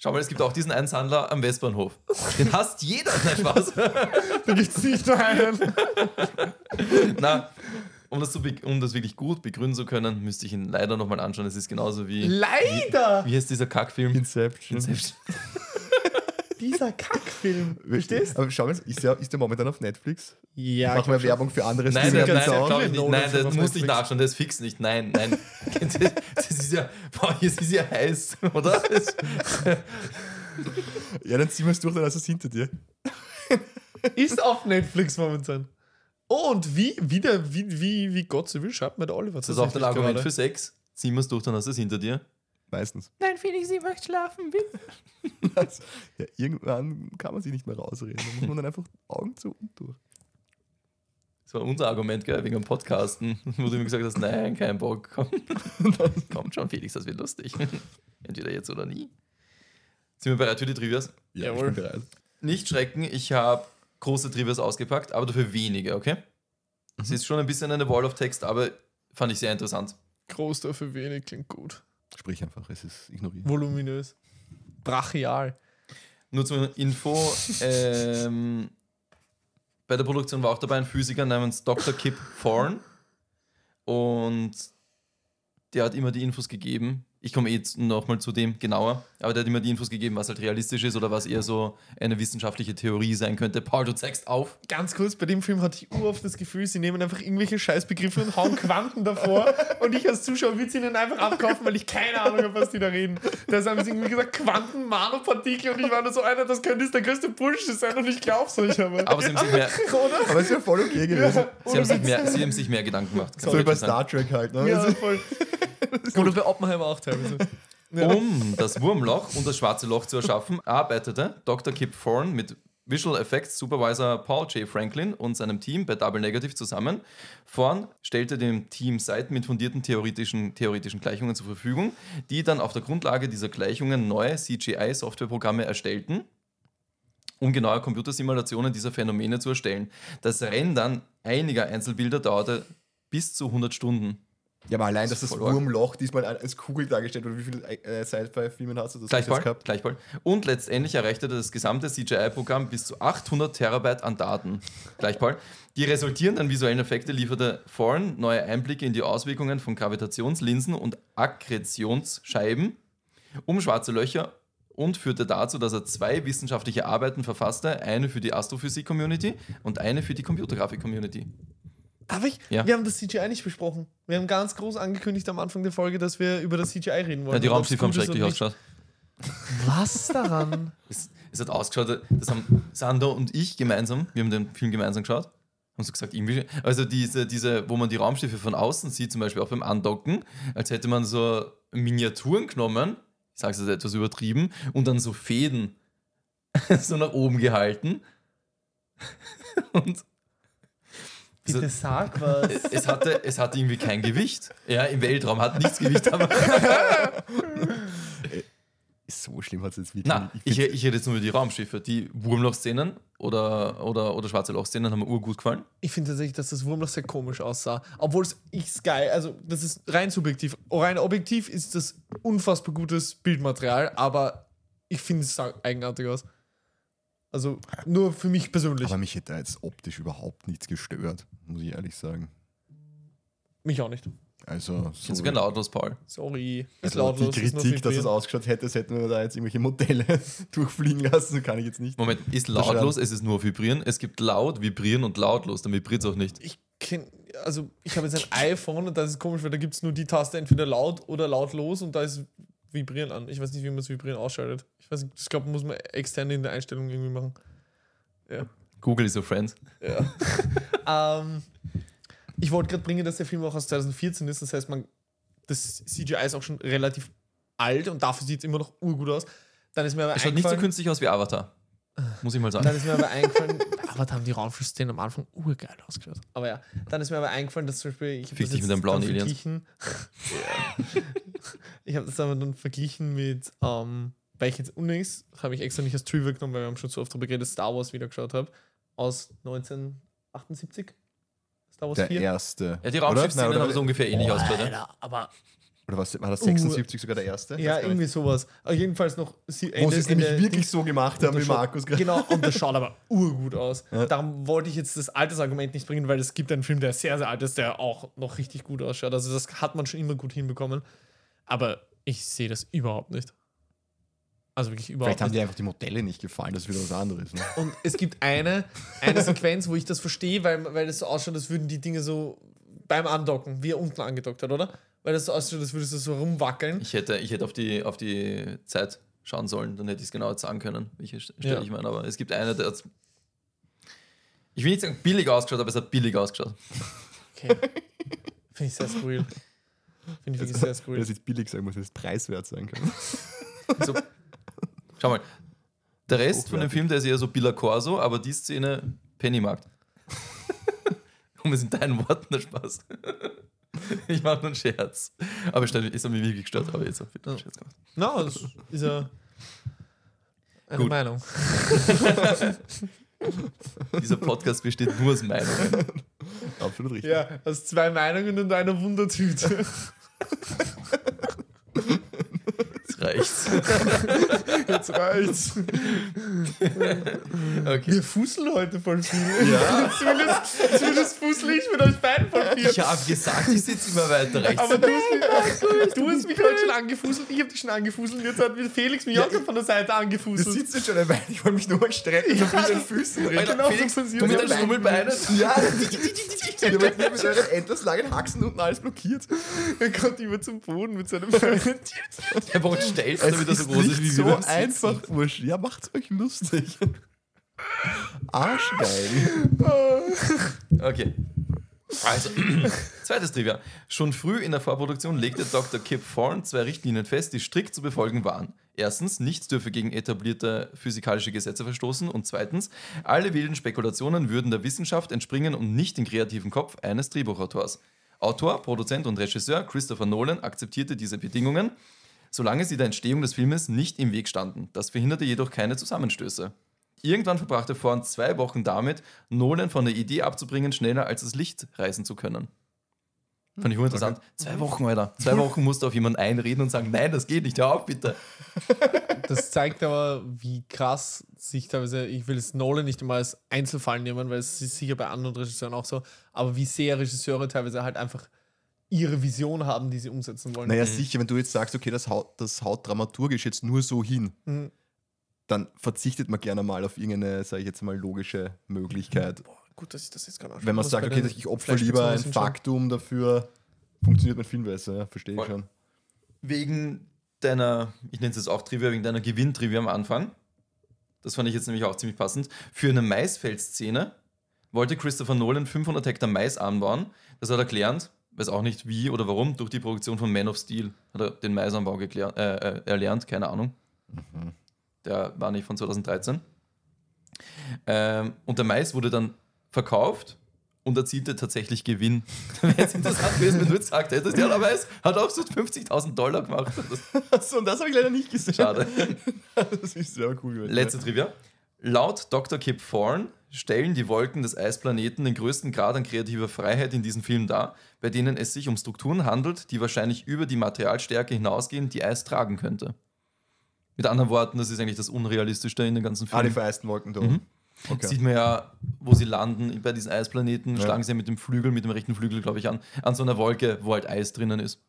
[SPEAKER 2] Schau mal, es gibt auch diesen einen Sandler am Westbahnhof. Den hasst jeder. Nein, Spaß.
[SPEAKER 1] Da gibt es nicht nur einen.
[SPEAKER 2] Na, um das, zu be- um das wirklich gut begründen zu können, müsste ich ihn leider nochmal anschauen. Es ist genauso wie.
[SPEAKER 1] Leider!
[SPEAKER 2] Wie heißt dieser Kackfilm?
[SPEAKER 3] Inception.
[SPEAKER 1] Dieser Kackfilm. Verstehst
[SPEAKER 3] Aber schau mal, ist der, ist der momentan auf Netflix?
[SPEAKER 1] Ja,
[SPEAKER 3] Mach mal Werbung für andere
[SPEAKER 2] Nein, nein,
[SPEAKER 1] ja
[SPEAKER 3] Streaming-
[SPEAKER 1] ganz
[SPEAKER 2] nein,
[SPEAKER 1] sauer.
[SPEAKER 2] glaub ich nicht.
[SPEAKER 1] Nolan
[SPEAKER 2] nein,
[SPEAKER 1] Film
[SPEAKER 2] das
[SPEAKER 1] auf
[SPEAKER 2] muss nicht
[SPEAKER 1] Netflix.
[SPEAKER 2] nachschauen, das ist fix nicht. Nein, nein. Das, das ist ja, boah, jetzt ist ja heiß, oder? Das,
[SPEAKER 3] Ja, dann ziehen wir es durch, dann hast du es hinter dir.
[SPEAKER 1] Ist auf Netflix momentan. Oh, und wie, wie, der, wie, wie, wie Gott so will, schreibt mir der Oliver.
[SPEAKER 2] das ist auch
[SPEAKER 1] tatsächlich
[SPEAKER 2] ein Argument
[SPEAKER 1] gerade.
[SPEAKER 2] für Sex. Ziehen wir es durch, dann hast du es hinter dir.
[SPEAKER 3] Meistens. Also,
[SPEAKER 2] Nein, Felix, ich möchte schlafen, bitte.
[SPEAKER 3] Ja, irgendwann kann man sich nicht mehr rausreden. Da muss man dann einfach Augen zu und durch.
[SPEAKER 2] Das war unser Argument, gell, wegen dem Podcasten, wo du mir gesagt hast, nein, kein Bock, komm. Kommt schon, Felix, das wird lustig. Entweder jetzt oder nie. Sind wir bereit für die Trivias?
[SPEAKER 3] Ja,
[SPEAKER 1] Jawohl.
[SPEAKER 3] ich bin bereit.
[SPEAKER 2] Nicht schrecken, ich habe große Trivias ausgepackt, aber dafür wenige, okay? Es ist schon ein bisschen eine Wall of Text, aber fand ich sehr interessant.
[SPEAKER 1] Groß dafür wenig klingt gut.
[SPEAKER 3] Sprich einfach, es ist ignoriert.
[SPEAKER 1] Voluminös. Brachial.
[SPEAKER 2] Nur zur Info, ähm, bei der Produktion war auch dabei ein Physiker namens Dr. Kip Thorne und der hat immer die Infos gegeben. Ich Ich komme eh nochmal zu dem genauer, aber der hat immer die Infos gegeben, was halt realistisch ist oder was eher so eine wissenschaftliche Theorie sein könnte. Paul, du zeigst auf.
[SPEAKER 1] Ganz kurz, bei dem Film hatte ich oft das Gefühl, sie nehmen einfach irgendwelche Scheißbegriffe und hauen Quanten davor und ich als Zuschauer würde sie ihnen einfach abkaufen, weil ich keine Ahnung habe, was die da reden. Da haben sie irgendwie gesagt, Quanten, Nanopartikel und ich war nur so einer, das könnte jetzt der größte Bullshit sein und ich glaub's euch aber.
[SPEAKER 2] Aber sie haben sich mehr,
[SPEAKER 1] Oder?
[SPEAKER 3] Aber es ist ja voll okay gewesen.
[SPEAKER 2] sie haben sich mehr, sie haben sich mehr Gedanken gemacht. Kann
[SPEAKER 3] So wie
[SPEAKER 2] wirklich
[SPEAKER 3] bei
[SPEAKER 2] sein.
[SPEAKER 3] Star Trek halt. Ne?
[SPEAKER 1] Ja,
[SPEAKER 3] Also,
[SPEAKER 1] voll. Oder bei Oppenheimer auch teilweise.
[SPEAKER 2] Um das Wurmloch und das schwarze Loch zu erschaffen, arbeitete Dr. Kip Thorne mit Visual Effects Supervisor Paul J. Franklin und seinem Team bei Double Negative zusammen. Thorne stellte dem Team Seiten mit fundierten theoretischen, theoretischen Gleichungen zur Verfügung, die dann auf der Grundlage dieser Gleichungen neue CGI-Softwareprogramme erstellten, um genaue Computersimulationen dieser Phänomene zu erstellen. Das Rendern einiger Einzelbilder dauerte bis zu 100 Stunden.
[SPEAKER 3] ja, aber allein, dass das
[SPEAKER 2] Voll arg.
[SPEAKER 3] Wurmloch diesmal als Kugel dargestellt wird, wie viele äh, Sci-Fi-Filme hast du das
[SPEAKER 2] Gleich
[SPEAKER 3] jetzt
[SPEAKER 2] bald, gleich bald. Und letztendlich erreichte das gesamte CGI-Programm bis zu 800 Terabyte an Daten. Gleich bald. Die resultierenden visuellen Effekte lieferte Thorne neue Einblicke in die Auswirkungen von Gravitationslinsen und Akkretionsscheiben um schwarze Löcher und führte dazu, dass er zwei wissenschaftliche Arbeiten verfasste, eine für die Astrophysik-Community und eine für die Computergrafik-Community.
[SPEAKER 1] Darf ich?
[SPEAKER 2] Ja.
[SPEAKER 1] Wir haben das CGI nicht besprochen. Wir haben ganz groß angekündigt am Anfang der Folge, dass wir über das CGI reden wollen.
[SPEAKER 2] Ja, die
[SPEAKER 1] und ob's
[SPEAKER 2] Raumschiffe haben
[SPEAKER 1] gut ist
[SPEAKER 2] schrecklich
[SPEAKER 1] oder nicht.
[SPEAKER 2] ausgeschaut.
[SPEAKER 1] Was daran?
[SPEAKER 2] Es, es hat ausgeschaut, das haben Sandro und ich gemeinsam, wir haben den Film gemeinsam geschaut, haben so gesagt, irgendwie, also diese, diese, wo man die Raumschiffe von außen sieht, zum Beispiel auch beim Andocken, als hätte man so Miniaturen genommen, ich sage es jetzt etwas übertrieben, und dann so Fäden so nach oben gehalten. Und
[SPEAKER 1] Bitte sag was.
[SPEAKER 2] es hatte, es hatte irgendwie kein Gewicht. Ja, im Weltraum hat nichts Gewicht, aber
[SPEAKER 3] So schlimm hat es jetzt wirklich
[SPEAKER 2] Na,
[SPEAKER 3] nicht.
[SPEAKER 2] ich, ich rede jetzt nur über die Raumschiffe. Die Wurmloch-Szenen oder, oder, oder schwarze Loch-Szenen haben mir urgut gefallen.
[SPEAKER 1] Ich finde tatsächlich, dass das Wurmloch sehr komisch aussah. Obwohl es ich geil, also das ist rein subjektiv. Rein objektiv ist das unfassbar gutes Bildmaterial, aber ich finde es sah eigenartig aus. Also nur für mich persönlich.
[SPEAKER 3] Aber mich hätte da jetzt optisch überhaupt nichts gestört, muss ich ehrlich sagen.
[SPEAKER 1] mich auch nicht.
[SPEAKER 3] Also,
[SPEAKER 2] Ich finde
[SPEAKER 3] so-
[SPEAKER 2] sogar lautlos, Paul.
[SPEAKER 1] Sorry. Ist
[SPEAKER 3] also
[SPEAKER 1] lautlos.
[SPEAKER 3] die
[SPEAKER 1] ist nur
[SPEAKER 3] Kritik, dass es
[SPEAKER 1] vibrieren.
[SPEAKER 3] ausgeschaut hätte, das hätten wir da jetzt irgendwelche Modelle durchfliegen lassen, kann ich jetzt nicht.
[SPEAKER 2] Moment, ist lautlos, es ist nur vibrieren. Es gibt laut, vibrieren und lautlos, dann vibriert es auch nicht.
[SPEAKER 1] ich kenn, also ich habe jetzt ein iPhone und das ist komisch, weil da gibt es nur die Taste entweder laut oder lautlos und da ist Vibrieren an. Ich weiß nicht, wie man das Vibrieren ausschaltet. Ich weiß nicht, ich glaube, muss man extern in der Einstellung irgendwie machen.
[SPEAKER 2] Google ist your friend.
[SPEAKER 1] Ja. ähm, ich wollte gerade bringen, dass der Film auch aus 2014 ist. Das heißt, man, das CGI ist auch schon relativ alt und dafür sieht es immer noch urgut aus. Dann ist mir aber
[SPEAKER 2] Es schaut nicht so
[SPEAKER 1] eingefallen-
[SPEAKER 2] künstlich aus wie Avatar. Muss ich mal
[SPEAKER 1] Dann
[SPEAKER 2] sagen.
[SPEAKER 1] ist mir aber eingefallen, aber da haben die Raumschiff-Szenen am Anfang urgeil ausgeschaut. Aber ja, dann ist mir aber eingefallen, dass zum Beispiel, ich habe
[SPEAKER 2] Fick
[SPEAKER 1] das
[SPEAKER 2] dich mit
[SPEAKER 1] jetzt
[SPEAKER 2] deinen blauen
[SPEAKER 1] dann
[SPEAKER 2] Aliens.
[SPEAKER 1] verglichen. ich habe das aber dann verglichen mit, ähm, weil ich jetzt unlängst, habe ich extra nicht als Trivia genommen, weil wir haben schon so oft darüber geredet, Star Wars wieder geschaut habe, aus 1978. Star Wars
[SPEAKER 3] Der
[SPEAKER 1] 4.
[SPEAKER 3] erste.
[SPEAKER 2] Ja, die
[SPEAKER 3] Nein,
[SPEAKER 2] Raumschiff-Szenen haben so
[SPEAKER 3] oder,
[SPEAKER 2] ungefähr ähnlich ausgeschaut. ja.
[SPEAKER 1] Alter, aber
[SPEAKER 3] oder was, war das 76 sogar der erste? Ich
[SPEAKER 1] ja,
[SPEAKER 3] weiß gar nicht.
[SPEAKER 1] irgendwie sowas. Aber jedenfalls noch sie-
[SPEAKER 3] Wo sie
[SPEAKER 1] Ende-
[SPEAKER 3] es nämlich
[SPEAKER 1] Ende-
[SPEAKER 3] wirklich so gemacht haben, wie
[SPEAKER 1] Das schaut-
[SPEAKER 3] Markus gerade.
[SPEAKER 1] Genau, und das schaut aber urgut aus.
[SPEAKER 3] Ja.
[SPEAKER 1] Darum wollte ich jetzt das Altersargument nicht bringen, weil es gibt einen Film, der sehr, sehr alt ist, der auch noch richtig gut ausschaut. Also das hat man schon immer gut hinbekommen. Aber ich sehe das überhaupt nicht. Also wirklich überhaupt
[SPEAKER 3] Vielleicht haben
[SPEAKER 1] nicht.
[SPEAKER 3] dir einfach die Modelle nicht gefallen, das ist wieder was anderes. Ne?
[SPEAKER 1] Und es gibt eine, eine Sequenz, wo ich das verstehe, weil, weil das so ausschaut, als würden die Dinge so beim Andocken, wie er unten angedockt hat, oder? Weil das so ausschaut, als würdest du so rumwackeln.
[SPEAKER 2] Ich hätte, ich hätte auf, die, auf die Zeit schauen sollen, dann hätte ich es genau jetzt sagen können, welche St- Stelle
[SPEAKER 1] Ja.
[SPEAKER 2] ich meine. Aber es gibt eine, der hat's- Ich will nicht sagen billig ausgeschaut, aber es hat billig ausgeschaut.
[SPEAKER 1] Okay. Finde ich sehr skurril. Finde ich wirklich sehr skurril.
[SPEAKER 3] Das ist billig sein muss, das ist preiswert sein kann.
[SPEAKER 2] So. Schau mal. Der Rest von dem
[SPEAKER 3] Hochwertig.
[SPEAKER 2] Film, der ist eher so Billa Corso, aber die Szene Pennymarkt. Und es sind deinen Worten der Spaß. Ich mache nur einen Scherz. Aber ich ist mir wirklich gestört, aber jetzt habe ich einen Scherz gemacht.
[SPEAKER 1] Na, no, das ist ja eine
[SPEAKER 2] Gut.
[SPEAKER 1] Meinung.
[SPEAKER 2] Dieser Podcast besteht nur aus Meinungen.
[SPEAKER 3] Absolut richtig.
[SPEAKER 1] Ja, aus zwei Meinungen und einer Wundertüte.
[SPEAKER 2] Das reicht's.
[SPEAKER 1] Jetzt reicht's.
[SPEAKER 2] Okay.
[SPEAKER 1] Wir fusseln heute voll viel. Zumindest, zumindest fussel ich mit euch beiden voll
[SPEAKER 2] Ich habe gesagt, ich sitze immer weiter rechts.
[SPEAKER 1] Aber du hast mich, du hast mich heute schon angefuselt, ich habe dich schon angefuselt und jetzt hat mir Felix mich auch gerade von der Seite
[SPEAKER 3] Du
[SPEAKER 1] angefuselt.
[SPEAKER 3] sitzt jetzt schon eine Weile, ich wollte mich nur mal strecken, ich habe mit den Füßen
[SPEAKER 2] Alter,
[SPEAKER 3] reden.
[SPEAKER 1] genau
[SPEAKER 2] Felix,
[SPEAKER 1] so passiert.
[SPEAKER 2] du mit
[SPEAKER 1] Ja,
[SPEAKER 2] deinen Schummelbeinen.
[SPEAKER 3] Ja, du mit deinen endlos langen Haxen unten alles blockiert.
[SPEAKER 1] Er kommt immer zum Boden mit seinem Bein.
[SPEAKER 2] Der Boden stellst, damit er so groß ist wie wir beim Sitzen.
[SPEAKER 3] Burschen. Ja, macht's euch lustig. Arschgeil.
[SPEAKER 2] Okay. Also, zweites Trivia. Schon früh in der Vorproduktion legte Dr. Kip Thorne zwei Richtlinien fest, die strikt zu befolgen waren. Erstens, nichts dürfe gegen etablierte physikalische Gesetze verstoßen und zweitens, alle wilden Spekulationen würden der Wissenschaft entspringen und nicht den kreativen Kopf eines Drehbuchautors. Autor, Produzent und Regisseur Christopher Nolan akzeptierte diese Bedingungen, solange sie der Entstehung des Filmes nicht im Weg standen. Das verhinderte jedoch keine Zusammenstöße. Irgendwann verbrachte Vorn zwei Wochen damit, Nolan von der Idee abzubringen, schneller als das Licht reisen zu können. Fand ich uninteressant. Zwei Wochen, Alter. Zwei Wochen musst du auf jemanden einreden und sagen, nein, das geht nicht, hör auf, bitte.
[SPEAKER 1] Das zeigt aber, wie krass sich teilweise, ich will es Nolan nicht immer als Einzelfall nehmen, weil es ist sicher bei anderen Regisseuren auch so, aber wie sehr Regisseure teilweise halt einfach ihre Vision haben, die sie umsetzen wollen.
[SPEAKER 3] Naja, sicher, wenn du jetzt sagst, okay, das haut, das haut dramaturgisch jetzt nur so hin,
[SPEAKER 1] Mhm.
[SPEAKER 3] dann verzichtet man gerne mal auf irgendeine, sage ich jetzt mal, logische Möglichkeit.
[SPEAKER 1] Gut, dass ich das jetzt gar nicht
[SPEAKER 3] Wenn man sagt, okay, ich opfer lieber ein Faktum dafür, funktioniert mein Film besser. Ja, verstehe ich
[SPEAKER 2] Voll.
[SPEAKER 3] schon.
[SPEAKER 2] Wegen deiner, ich nenne es jetzt auch Trivia, wegen deiner Gewinntrivia am Anfang, das fand ich jetzt nämlich auch ziemlich passend, für eine Maisfeldszene wollte Christopher Nolan 500 Hektar Mais anbauen. Das hat er gelernt, weiß auch nicht wie oder warum, durch die Produktion von Man of Steel hat er den Maisanbau geklärt, äh, äh, erlernt, keine Ahnung. Der war nicht von 2013. Ähm, und der Mais wurde dann verkauft und erzielte tatsächlich Gewinn. Wäre jetzt interessant gewesen, wenn du jetzt gesagt hättest, ja, der Mais hat absolut 50.000 Dollar gemacht. Das ist
[SPEAKER 3] Achso, und das habe ich leider nicht gesehen.
[SPEAKER 2] schade.
[SPEAKER 3] Das ist sehr cool. gewesen.
[SPEAKER 2] Letzte Trivia. Laut Dr. Kip Thorne stellen die Wolken des Eisplaneten den größten Grad an kreativer Freiheit in diesem Film dar, bei denen es sich um Strukturen handelt, die wahrscheinlich über die Materialstärke hinausgehen, die Eis tragen könnte. Mit anderen Worten, das ist eigentlich das Unrealistischste in den ganzen
[SPEAKER 3] Ah, die
[SPEAKER 2] Film.
[SPEAKER 3] vereisten Wolken da.
[SPEAKER 2] Mhm.
[SPEAKER 3] Okay.
[SPEAKER 2] Sieht man ja, wo sie landen bei diesen Eisplaneten,
[SPEAKER 3] Ja.
[SPEAKER 2] schlagen sie ja mit dem Flügel, mit dem rechten Flügel, glaube ich, an, an so einer Wolke, wo halt Eis drinnen ist.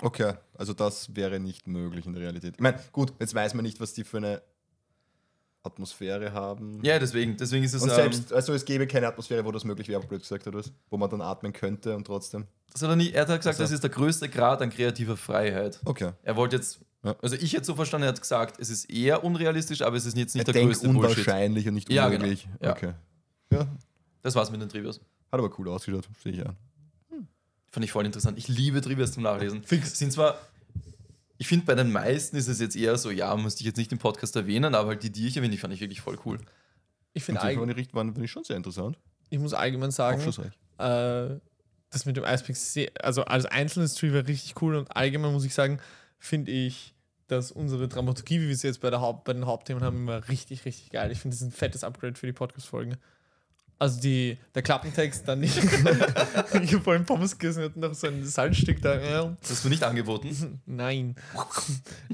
[SPEAKER 3] Okay, also das wäre nicht möglich in der Realität. Ich meine, gut, jetzt weiß man nicht, was die für eine Atmosphäre haben.
[SPEAKER 2] Ja, deswegen, deswegen ist es.
[SPEAKER 3] und
[SPEAKER 2] Ähm,
[SPEAKER 3] selbst, also es gäbe keine Atmosphäre, wo das möglich wäre, blöd gesagt, oder was? Wo man dann atmen könnte und trotzdem.
[SPEAKER 2] das hat er, nie, er hat halt gesagt,
[SPEAKER 3] Also-
[SPEAKER 2] das ist der größte Grad an kreativer Freiheit.
[SPEAKER 3] Okay.
[SPEAKER 2] Er wollte jetzt,
[SPEAKER 3] Ja.
[SPEAKER 2] also ich hätte so verstanden, er hat gesagt, es ist eher unrealistisch, aber es ist jetzt nicht
[SPEAKER 3] er
[SPEAKER 2] der
[SPEAKER 3] denkt
[SPEAKER 2] größte Bullshit.
[SPEAKER 3] unwahrscheinlich und nicht
[SPEAKER 2] Ja, genau.
[SPEAKER 3] unmöglich.
[SPEAKER 2] Ja.
[SPEAKER 3] Okay. Ja,
[SPEAKER 2] Das war's mit den Trivias.
[SPEAKER 3] hat aber cool ausgeschaut, stehe ich an.
[SPEAKER 2] Fand ich voll interessant. Ich liebe Trivias zum Nachlesen. Fix. Sind zwar, ich finde bei den meisten ist es jetzt eher so, ja, musste ich jetzt nicht im Podcast erwähnen, aber halt die Dierchen, die fand ich wirklich voll cool.
[SPEAKER 1] Ich finde
[SPEAKER 3] Und die von
[SPEAKER 1] allgemein,
[SPEAKER 3] den Richt waren, finde ich schon sehr interessant.
[SPEAKER 1] ich muss allgemein sagen,
[SPEAKER 3] Aufschlussreich.
[SPEAKER 1] äh, das mit dem Icepick, sehr- also als einzelnes Tree war richtig cool und allgemein muss ich sagen, finde ich, dass unsere Dramaturgie, wie wir sie jetzt bei, der Haupt, bei den Hauptthemen haben, immer richtig, richtig geil. Ich finde, das ist ein fettes Upgrade für die Podcast-Folgen. Also die, der Klappentext, dann nicht. ich habe vorhin Pommes gegessen und noch so ein Salzstück da. Ja.
[SPEAKER 2] Das hast du nicht angeboten.
[SPEAKER 1] Nein.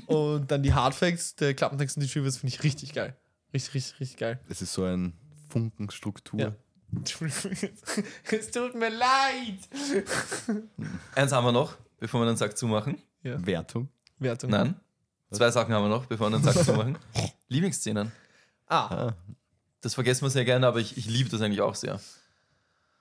[SPEAKER 1] und dann die Hardfacts, der Klappentext und die Trivias finde ich richtig geil. Richtig, richtig, richtig geil.
[SPEAKER 3] Es ist so ein Funkenstruktur.
[SPEAKER 1] Ja. Entschuldigung. Es tut mir leid.
[SPEAKER 2] Eins haben wir noch, bevor wir den Sack zumachen.
[SPEAKER 3] Wertung.
[SPEAKER 1] Wertung.
[SPEAKER 2] Nein. Zwei Sachen haben wir noch, bevor wir den Sack zumachen. Lieblingsszenen.
[SPEAKER 1] Ah,
[SPEAKER 3] Ah,
[SPEAKER 2] Das vergessen wir sehr gerne, aber ich, ich liebe das eigentlich auch sehr.